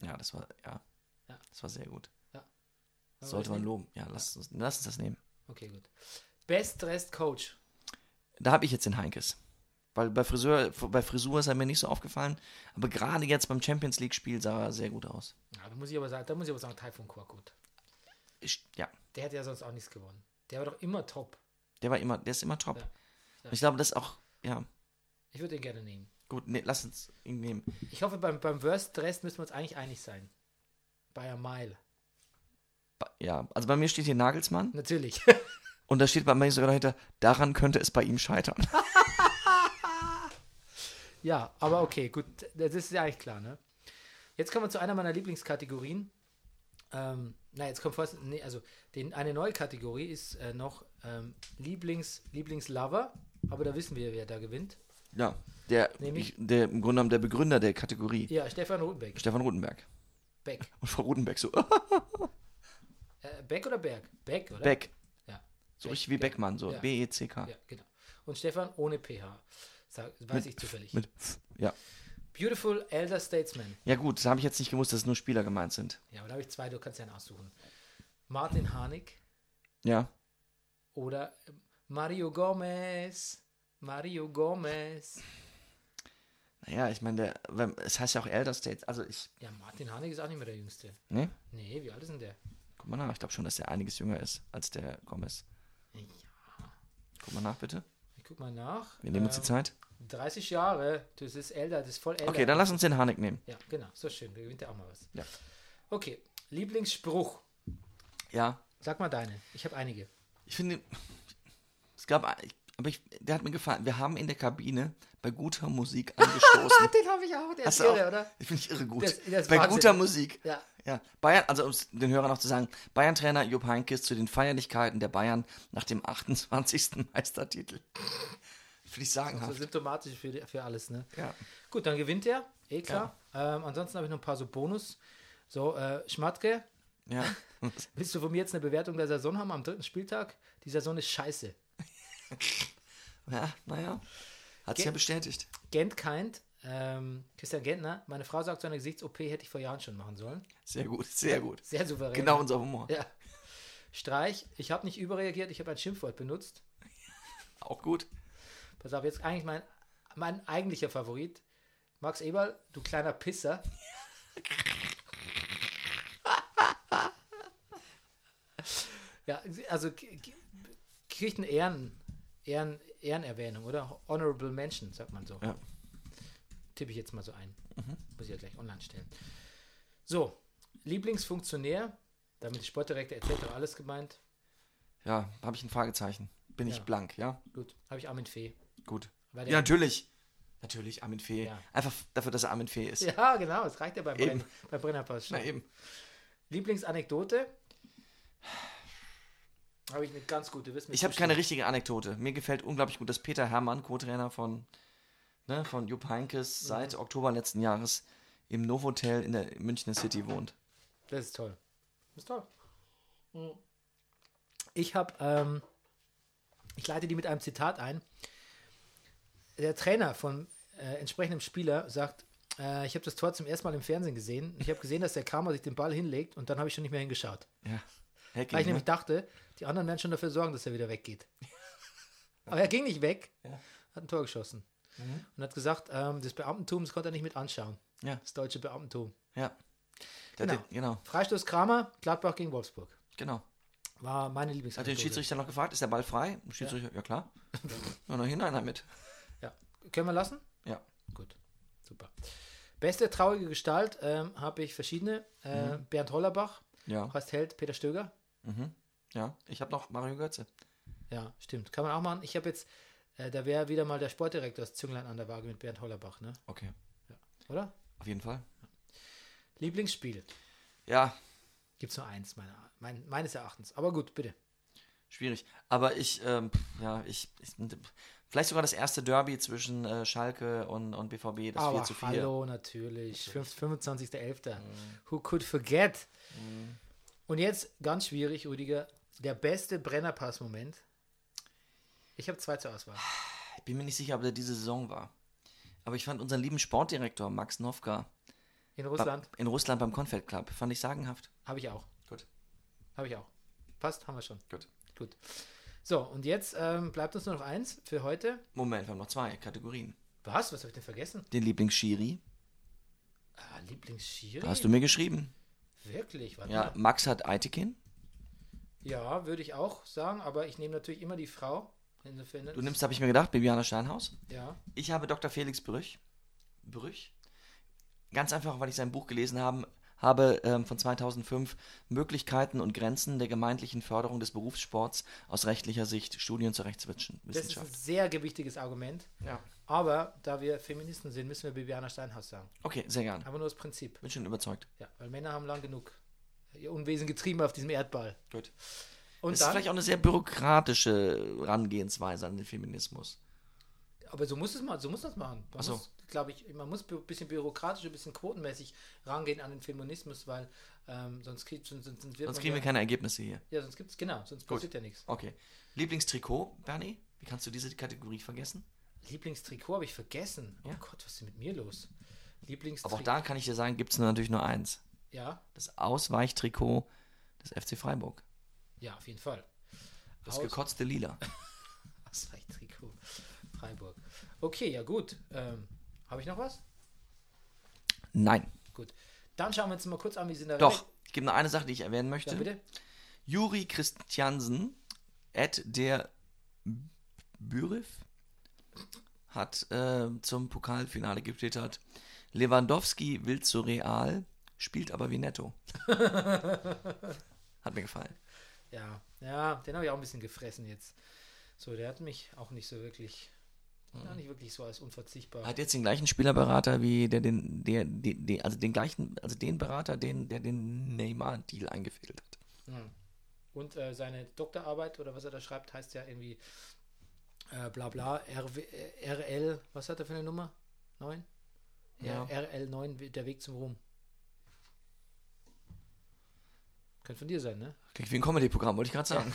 B: Ja, das war, ja.
A: Ja.
B: Das war sehr gut.
A: Ja.
B: Sollte man loben. Ja, lass uns, lass uns das nehmen.
A: Okay, gut. Best Dressed Coach.
B: Da habe ich jetzt den Heinkes. Weil bei Friseur, bei Frisur ist er mir nicht so aufgefallen. Aber gerade jetzt beim Champions League-Spiel sah er sehr gut aus.
A: Ja, da muss ich aber sagen, da muss ich aber sagen, Taifun Korkut.
B: Ich, ja,
A: Der hätte ja sonst auch nichts gewonnen. Der war doch immer top.
B: der war immer, der ist immer top.
A: Ja.
B: Und ich glaube, das ist auch, ja,
A: Ich würde ihn gerne nehmen.
B: gut, nee, lass uns ihn nehmen.
A: Ich hoffe, beim, beim Worst Dressed müssen wir uns eigentlich einig sein. Bei a Mile.
B: Ba- Ja, also bei mir steht hier Nagelsmann
A: Natürlich. *laughs*
B: und da steht bei mir sogar dahinter, daran könnte es bei
A: *laughs*
B: ihm scheitern.
A: ja, aber okay, gut. Das ist ja eigentlich klar, ne? Jetzt kommen wir zu einer meiner Lieblingskategorien. Ähm, na, jetzt kommt fast. Nee, also den, eine neue Kategorie ist äh, noch ähm, Lieblings, Lieblingslover. Aber da wissen wir, wer da gewinnt.
B: Ja, der,
A: Nämlich?
B: der im Grunde genommen der Begründer der Kategorie,
A: Ja, Stefan Rotenbeck.
B: Stefan Rutenberg.
A: Beck.
B: Und Frau Rutenberg so, *laughs*
A: Äh, Beck oder Berg? Beck, oder?
B: Beck.
A: Ja.
B: So richtig wie Beckmann, so E
A: Ja.
B: B-E-C-K.
A: Ja, genau. Und Stefan ohne PH. Sag, weiß ich zufällig.
B: Mit, ja.
A: Beautiful Elder Statesman.
B: ja gut, das habe ich jetzt nicht gewusst, dass nur Spieler gemeint sind.
A: Ja, aber da habe ich zwei, du kannst ja einen aussuchen. Martin Harnik
B: Ja,
A: oder ähm, Mario Gomez. Mario Gomez.
B: naja, ich meine, der- wenn- es heißt ja auch Elder States, also ich,
A: Ja, Martin Harnik ist auch nicht mehr der Jüngste.
B: ne?
A: Nee, wie alt ist denn der?
B: Guck mal nach, ich glaube schon, dass der einiges jünger ist als der Gomez.
A: Ja.
B: Guck mal nach, bitte.
A: Ich guck mal nach.
B: Wir nehmen uns die
A: Ähm,
B: Zeit.
A: 30 Jahre. Das ist älter, das ist voll älter.
B: Okay, dann lass uns den Harnik nehmen.
A: Ja, genau. So schön. Da gewinnt er auch mal was.
B: Ja.
A: Okay. Lieblingsspruch.
B: Ja,
A: Sag mal deine. Ich habe einige.
B: ich finde, es gab, ein- aber ich, der hat mir gefallen. Wir haben in der Kabine bei
A: *laughs*
B: guter Musik angestoßen.
A: Den habe ich auch. Der
B: Hast
A: ist
B: du auch?
A: irre, oder?
B: Ich finde ich irre gut.
A: Das- das ist
B: bei
A: Wahnsinn.
B: guter Musik.
A: Ja.
B: Ja, Bayern, also um es den Hörern noch zu sagen, Bayern-Trainer Jupp Heynckes zu den Feierlichkeiten der Bayern nach dem 28. *laughs* Meistertitel. Finde ich
A: So
B: sagenhaft.
A: symptomatisch für, die- für alles, ne?
B: Ja.
A: Gut, dann gewinnt er. Eh klar. Ähm, ansonsten habe ich noch ein paar so Bonus. So, äh, Schmatke,
B: ja.
A: willst du von mir jetzt eine Bewertung der Saison haben am dritten Spieltag? Die Saison ist scheiße.
B: ja, naja. Hat sich
A: Ge-
B: ja bestätigt.
A: Gent Kind, ähm, Christian Gentner, meine Frau sagt, so eine Gesichts-OP hätte ich vor Jahren schon machen sollen.
B: Sehr gut, sehr gut.
A: Sehr souverän.
B: Genau unser Humor.
A: Ja. Streich, ich habe nicht überreagiert, ich habe ein Schimpfwort benutzt.
B: Auch gut.
A: Pass auf, jetzt eigentlich mein, mein eigentlicher Favorit. Max Eberl, du kleiner Pisser. *laughs* ja, also k- k- kriegt eine Ehren, Ehren, Ehrenerwähnung, oder? Honorable Mention, sagt man so.
B: Ja. Mhm.
A: Tippe ich jetzt mal so ein. Muss ich ja gleich online stellen. So, Lieblingsfunktionär, damit ist Sportdirektor etc. alles gemeint.
B: Ja, habe ich ein Fragezeichen. Bin ich
A: Ja.
B: blank, ja?
A: Gut, habe ich Armin Fee. *laughs*
B: Gut.
A: Weil der-
B: Ja, natürlich. Natürlich, Armin Fee.
A: Ja.
B: Einfach dafür, dass er Armin Fee ist.
A: Ja, genau, es reicht ja bei,
B: Eben.
A: Brenn, bei Brennerpass schon.
B: Na eben.
A: Lieblingsanekdote? Habe ich eine ganz gute. Wirst mir
B: Ich habe
A: zustimmen.
B: keine richtige Anekdote. Mir gefällt unglaublich gut, dass Peter Hermann, Co-Trainer von, ne, von Jupp Heinkes,
A: Mhm.
B: seit Oktober letzten Jahres im Novotel in der Münchner City wohnt.
A: Das ist toll. Das ist toll. Hm. Ich habe, ähm, ich leite die mit einem Zitat ein. Der Trainer von äh, entsprechendem Spieler sagt, äh, ich habe das Tor zum ersten Mal im Fernsehen gesehen. Ich habe gesehen, dass der Kramer sich den Ball hinlegt und dann habe ich schon nicht mehr hingeschaut.
B: Ja.
A: Weil
B: Hacking,
A: ich nämlich
B: ne?
A: dachte, die anderen werden schon dafür sorgen, dass er wieder
B: *laughs*
A: weggeht. Aber er ging nicht weg, hat ein Tor geschossen und hat gesagt, ähm, das Beamtentum, das konnte er nicht mit anschauen.
B: Mhm. Ja.
A: Das deutsche Beamtentum.
B: Ja. Der hat
A: Genau.
B: Den, genau,
A: Freistoß Kramer, Gladbach gegen Wolfsburg.
B: genau.
A: War meine
B: Hat den
A: Lieblingsanekdote.
B: Schiedsrichter noch gefragt, ist der Ball frei? Der Schiedsrichter,
A: *laughs*
B: ja, klar. Und dann hinein damit.
A: Ja. Können wir lassen?
B: Ja.
A: Gut, super. Beste traurige Gestalt ähm, habe ich verschiedene. Äh,
B: Mhm.
A: Bernd Hollerbach,
B: Ja.
A: Horst Held, Peter Stöger.
B: Ja. Ich habe noch Mario Götze.
A: Ja, stimmt. Kann man auch machen. Ich habe jetzt, äh, da wäre wieder mal der Sportdirektor aus Zünglein an der Waage mit Bernd Hollerbach, ne?
B: Okay.
A: oder?
B: Auf jeden Fall.
A: Lieblingsspiel.
B: Ja,
A: Gibt es nur eins, meiner, mein, meines Erachtens. Aber gut, bitte.
B: schwierig. Aber ich, ähm, ja, ich, ich vielleicht sogar das erste Derby zwischen äh, Schalke und, und BVB, das 4 zu 4.
A: hallo, natürlich. Fünf- 25.11.
B: Mhm.
A: Who could forget? Und jetzt, ganz schwierig, Rüdiger, der beste Brennerpass-Moment Ich habe zwei zur Auswahl.
B: Ich bin mir nicht sicher, ob der diese Saison war. Aber ich fand unseren lieben Sportdirektor Max Nowka
A: In
B: bei-
A: Russland
B: in Russland beim Confed Club, fand ich sagenhaft.
A: habe ich auch.
B: Gut.
A: Habe ich auch. Passt, haben wir schon.
B: Gut.
A: Gut. So, und jetzt ähm, bleibt uns nur noch eins für heute.
B: Moment, wir haben noch zwei Kategorien.
A: Was? Was habe ich denn vergessen?
B: Den Lieblingsschiri,
A: Ah, Lieblingsschiri?
B: da hast du mir geschrieben.
A: Wirklich? Warte
B: Ja,
A: mal.
B: Max hat Eitekin.
A: ja, würde ich auch sagen, aber ich nehme natürlich immer die Frau. Insofern.
B: Du nimmst, habe ich mir gedacht, Bibiana Steinhaus.
A: Ja.
B: Ich habe Dr. Felix Brüch. Brüch? Ganz einfach, weil ich sein Buch gelesen haben, habe ähm, von 2005 Möglichkeiten und Grenzen der gemeindlichen Förderung des Berufssports aus rechtlicher Sicht, Studien zur
A: Das ist ein
B: Rechtswissenschaft.
A: sehr gewichtiges Argument.
B: Ja.
A: Aber da wir Feministen sind, müssen wir Bibiana Steinhaus sagen.
B: Okay, sehr gern.
A: Aber nur das Prinzip.
B: Bin schon überzeugt.
A: Ja, weil Männer haben lang genug ihr Unwesen getrieben auf diesem Erdball.
B: Gut.
A: Und
B: Das ist
A: dann,
B: vielleicht auch eine sehr bürokratische Herangehensweise an den Feminismus.
A: aber so muss es mal, so muss das machen. Man
B: Ach so.
A: muss, glaube ich, man muss ein bisschen bürokratisch, ein bisschen quotenmäßig rangehen an den Feminismus, weil ähm, sonst, kriegt, sonst, sonst, wird
B: Sonst
A: man
B: kriegen
A: ja,
B: wir keine Ergebnisse hier.
A: Ja, sonst gibt's genau, sonst passiert ja nichts.
B: Okay. Lieblingstrikot, Bernie? Wie kannst du diese Kategorie vergessen?
A: Lieblingstrikot habe ich vergessen.
B: Ja.
A: Oh Gott, was ist denn mit mir los?
B: Aber
A: Lieblingstrikot.
B: auch da kann ich dir sagen, gibt es natürlich nur eins.
A: Ja,
B: Das Ausweichtrikot des FC Freiburg.
A: ja, auf jeden Fall. *laughs*
B: Das
A: Aus-
B: gekotzte Lila.
A: Was war ich Trikot? Freiburg. Okay, ja gut. Ähm, habe ich noch was?
B: Nein.
A: Gut. Dann schauen wir uns mal kurz an, wie sie in der
B: Doch, ich gebe noch eine Sache, die ich erwähnen
A: Ja,
B: möchte.
A: bitte.
B: Juri Christiansen, at der Büriff, hat äh, zum Pokalfinale getwittert. Lewandowski will zu Real, spielt aber
A: *laughs*
B: wie netto. hat mir gefallen.
A: Ja, ja, den habe ich auch ein bisschen gefressen jetzt. So, der hat mich auch nicht so wirklich,
B: Mhm.
A: ja, nicht wirklich so als unverzichtbar.
B: Hat jetzt den gleichen Spielerberater wie der den, der, der, der also den gleichen, also den Berater, den, der den Neymar-Deal eingefädelt hat.
A: Und äh, seine Doktorarbeit oder was er da schreibt, heißt ja irgendwie äh, bla bla RW, äh, RL, was hat er für eine Nummer? 9? Ja.
B: Ja.
A: RL9, der Weg zum Ruhm. Könnte von dir sein, ne?
B: Klingt wie ein Comedy-Programm, wollte ich gerade sagen.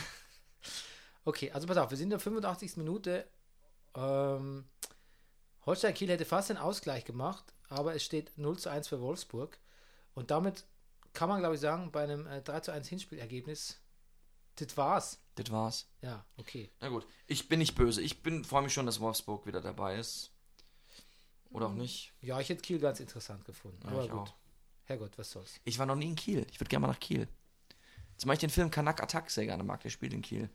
A: Okay, also pass auf, wir sind in der 85. Minute. Ähm, Holstein Kiel hätte fast den Ausgleich gemacht, aber es steht 0 zu 1 für Wolfsburg. Und damit kann man, glaube ich, sagen, bei einem äh, 3 zu 1 Hinspielergebnis, das war's.
B: Das war's.
A: Ja, okay.
B: Na gut, ich bin nicht böse. Ich bin freue mich schon, dass Wolfsburg wieder dabei ist. Oder auch nicht.
A: Ja, ich hätte Kiel ganz interessant gefunden.
B: Ja,
A: aber
B: ich
A: gut.
B: auch.
A: Herrgott, was soll's.
B: Ich war noch nie in Kiel. Ich würde gerne mal nach Kiel. Zum Beispiel den Film Kanak Attack sehr gerne mag. Der spielt in Kiel.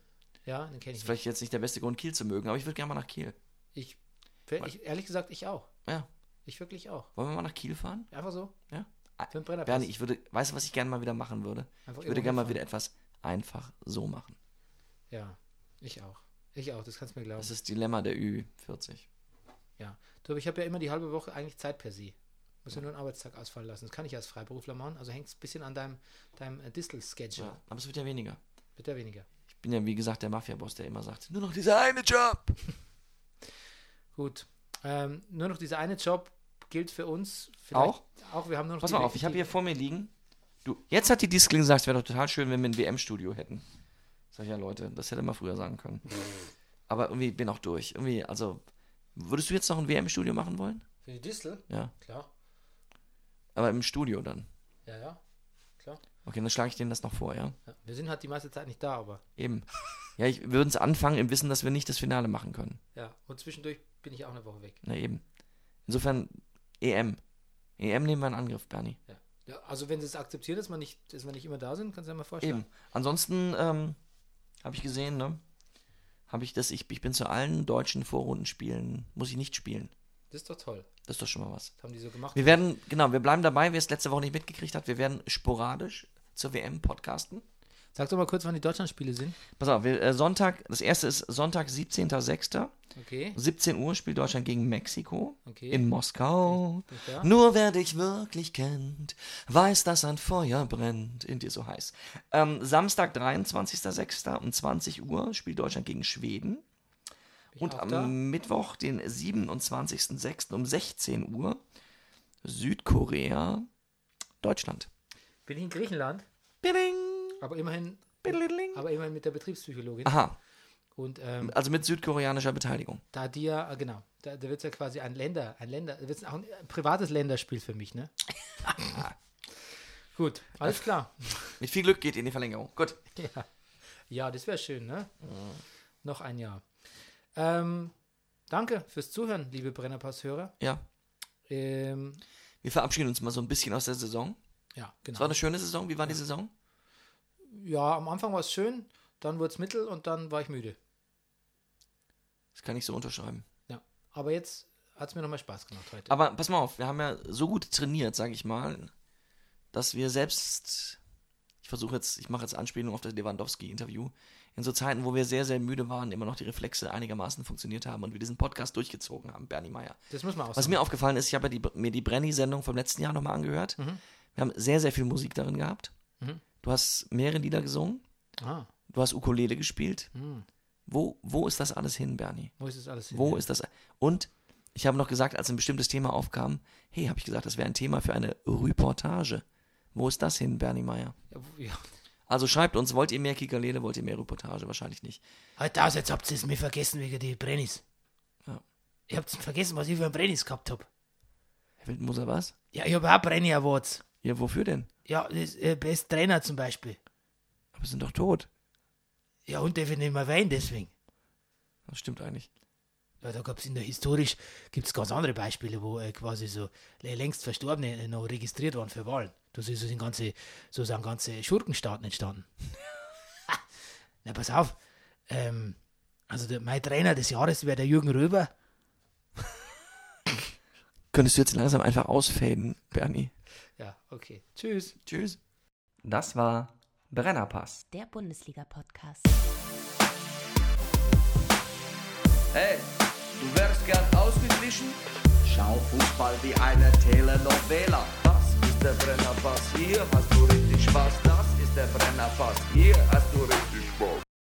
A: Ja, den kenne ich
B: Ist
A: nicht.
B: vielleicht jetzt nicht der beste Grund, Kiel zu mögen, aber ich würde gerne mal nach Kiel.
A: Ich, ich. Ehrlich gesagt, ich auch.
B: Ja.
A: Ich wirklich auch.
B: Wollen wir mal nach Kiel fahren?
A: Einfach so.
B: Ja. Ah,
A: Für den Brennerpass.
B: Bernie, ich würde, weißt du, was ich gerne mal wieder machen würde?
A: Einfach
B: Ich würde gerne mal
A: irgendwo
B: wieder etwas einfach so machen.
A: Ja, ich auch. Ich auch, das kannst du mir glauben.
B: Das ist Dilemma der Ü40.
A: Ja. Du, aber ich habe ja immer die halbe Woche eigentlich Zeit per se. Muss ja nur einen Arbeitstag ausfallen lassen. Das kann ich als Freiberufler machen. Also hängt es ein bisschen an deinem, deinem äh, Distel-Schedule.
B: Ja. Aber es wird ja weniger.
A: Wird ja weniger.
B: Ich bin ja, wie gesagt, der Mafia-Boss, der immer sagt, nur noch dieser eine Job.
A: Gut. Ähm, nur noch dieser eine Job gilt für uns.
B: Auch?
A: Auch, wir haben nur noch
B: Pass
A: die-
B: mal auf, ich habe
A: die-
B: hier vor mir liegen. Du, jetzt hat die Diskel gesagt, es wäre doch total schön, wenn wir ein WM-Studio hätten. Sag ich ja, Leute, das hätte man früher sagen können. Aber irgendwie bin auch durch. Irgendwie, also, würdest du jetzt noch ein WM-Studio machen wollen?
A: Für die Distel?
B: Ja.
A: Klar.
B: Aber im Studio dann.
A: Ja, ja. Klar.
B: Okay, dann schlage ich denen das noch vor, ja?
A: Ja. Wir sind halt die meiste Zeit nicht da, aber.
B: Eben. Ja, ich würde es anfangen im Wissen, dass wir nicht das Finale machen können.
A: Ja. Und zwischendurch bin ich auch eine Woche weg.
B: Na eben. Insofern, E EM. EM nehmen wir in Angriff, Bernie.
A: Ja. ja also, wenn sie es akzeptieren, dass wir nicht, dass wir nicht immer da sind, kannst du dir mal vorstellen.
B: Eben. Ansonsten ähm, habe ich gesehen, ne? Habe ich das, ich, ich bin zu allen deutschen Vorrundenspielen, muss ich nicht spielen.
A: Das ist doch toll.
B: Das ist doch schon mal was.
A: Das haben die so gemacht.
B: Wir werden, genau, wir bleiben dabei, wer es letzte Woche nicht mitgekriegt hat, wir werden sporadisch zur WM podcasten.
A: Sag doch mal kurz, wann die Deutschlandspiele sind.
B: Pass auf, wir, äh, Sonntag, das erste ist Sonntag, 17.06.
A: Okay.
B: 17 Uhr spielt Deutschland gegen Mexiko
A: Okay.
B: in Moskau.
A: Bin ich da?
B: Nur wer dich wirklich kennt, weiß, dass ein Feuer brennt in dir so heiß. Ähm, Samstag, 23.06. um 20 Uhr spielt Deutschland gegen Schweden. Und
A: auch da?
B: am Mittwoch, den 27.06. um 16 Uhr, Südkorea, Deutschland.
A: Bin ich in Griechenland?
B: Biding,
A: Aber immerhin,
B: bidididing.
A: aber immerhin mit der Betriebspsychologin.
B: Aha.
A: Und ähm,
B: Also mit südkoreanischer Beteiligung.
A: da die ja, äh, genau, da, da wird es ja quasi ein Länder, ein Länder, da wird's auch ein, ein privates Länderspiel für mich,
B: *laughs*
A: ne? Gut, alles klar.
B: Mit viel Glück geht ihr in die Verlängerung. Gut.
A: Ja, ja das wäre schön, ne?
B: Mhm.
A: Noch ein Jahr. Ähm, danke fürs Zuhören, liebe Brennerpass-Hörer.
B: Ja.
A: Ähm,
B: Wir verabschieden uns mal so ein bisschen aus der Saison.
A: ja,
B: Es war
A: genau.
B: eine schöne Saison. Wie war die Saison?
A: Ja, am Anfang war es schön, dann wurde es mittel und dann war ich müde.
B: Das kann ich so unterschreiben.
A: Ja, aber jetzt hat es mir nochmal Spaß gemacht heute.
B: Aber pass mal auf, wir haben ja so gut trainiert, sage ich mal, dass wir selbst, ich versuche jetzt, ich mache jetzt Anspielung auf das Lewandowski-Interview, in so Zeiten, wo wir sehr, sehr müde waren, immer noch die Reflexe einigermaßen funktioniert haben und wir diesen Podcast durchgezogen haben, Bernie Meyer.
A: das muss man auch
B: Was
A: sagen.
B: mir aufgefallen ist, ich habe ja die, mir die Brenny-Sendung vom letzten Jahr nochmal angehört. Wir haben sehr, sehr viel Musik darin gehabt. Du hast mehrere Lieder gesungen,
A: Ah,
B: du hast Ukulele gespielt. Wo, wo ist das alles hin, Bernie?
A: wo ist das alles hin?
B: Wo ist das? Und ich habe noch gesagt, als ein bestimmtes Thema aufkam, hey, habe ich gesagt, das wäre ein Thema für eine Reportage. Wo ist das hin, Bernie Meyer?
A: Ja, wo- ja.
B: Also schreibt uns, wollt ihr mehr Kikalele, wollt ihr mehr Reportage? Wahrscheinlich nicht.
G: Halt aus, jetzt habt ihr es mir vergessen wegen die Brennis.
B: Ja.
G: Ihr habt vergessen, was ich für ein Brennis gehabt hab.
B: Herr Wildmoser, was?
G: Ja, ich habe auch Brenny Awards.
B: Ja, wofür denn?
G: Ja, das, äh, Best Trainer zum Beispiel.
B: Aber wir sind doch tot.
G: Ja, und darf ich nicht mehr weinen deswegen.
B: Das stimmt eigentlich.
G: Ja, da gab's in der historisch gibt's ganz andere Beispiele, wo äh, quasi so l- längst Verstorbene äh, noch registriert waren für Wahlen. Das ist so sind ganze, so sind ganze Schurkenstaaten entstanden. *laughs* Na, pass auf. Ähm, also der, mein Trainer des Jahres wäre der Jürgen Röber.
B: Könntest du jetzt langsam einfach ausfaden, Bernie?
A: Ja, okay. Tschüss.
B: Tschüss.
C: Das war Brennerpass.
H: Der Bundesliga-Podcast.
E: Hey, du wärst gern ausgeglichen? Schau Fußball wie eine Telenovela. Das ist der Brennerpass, hier hast du richtig Spaß. Das ist der Brennerpass, hier hast du richtig Spaß.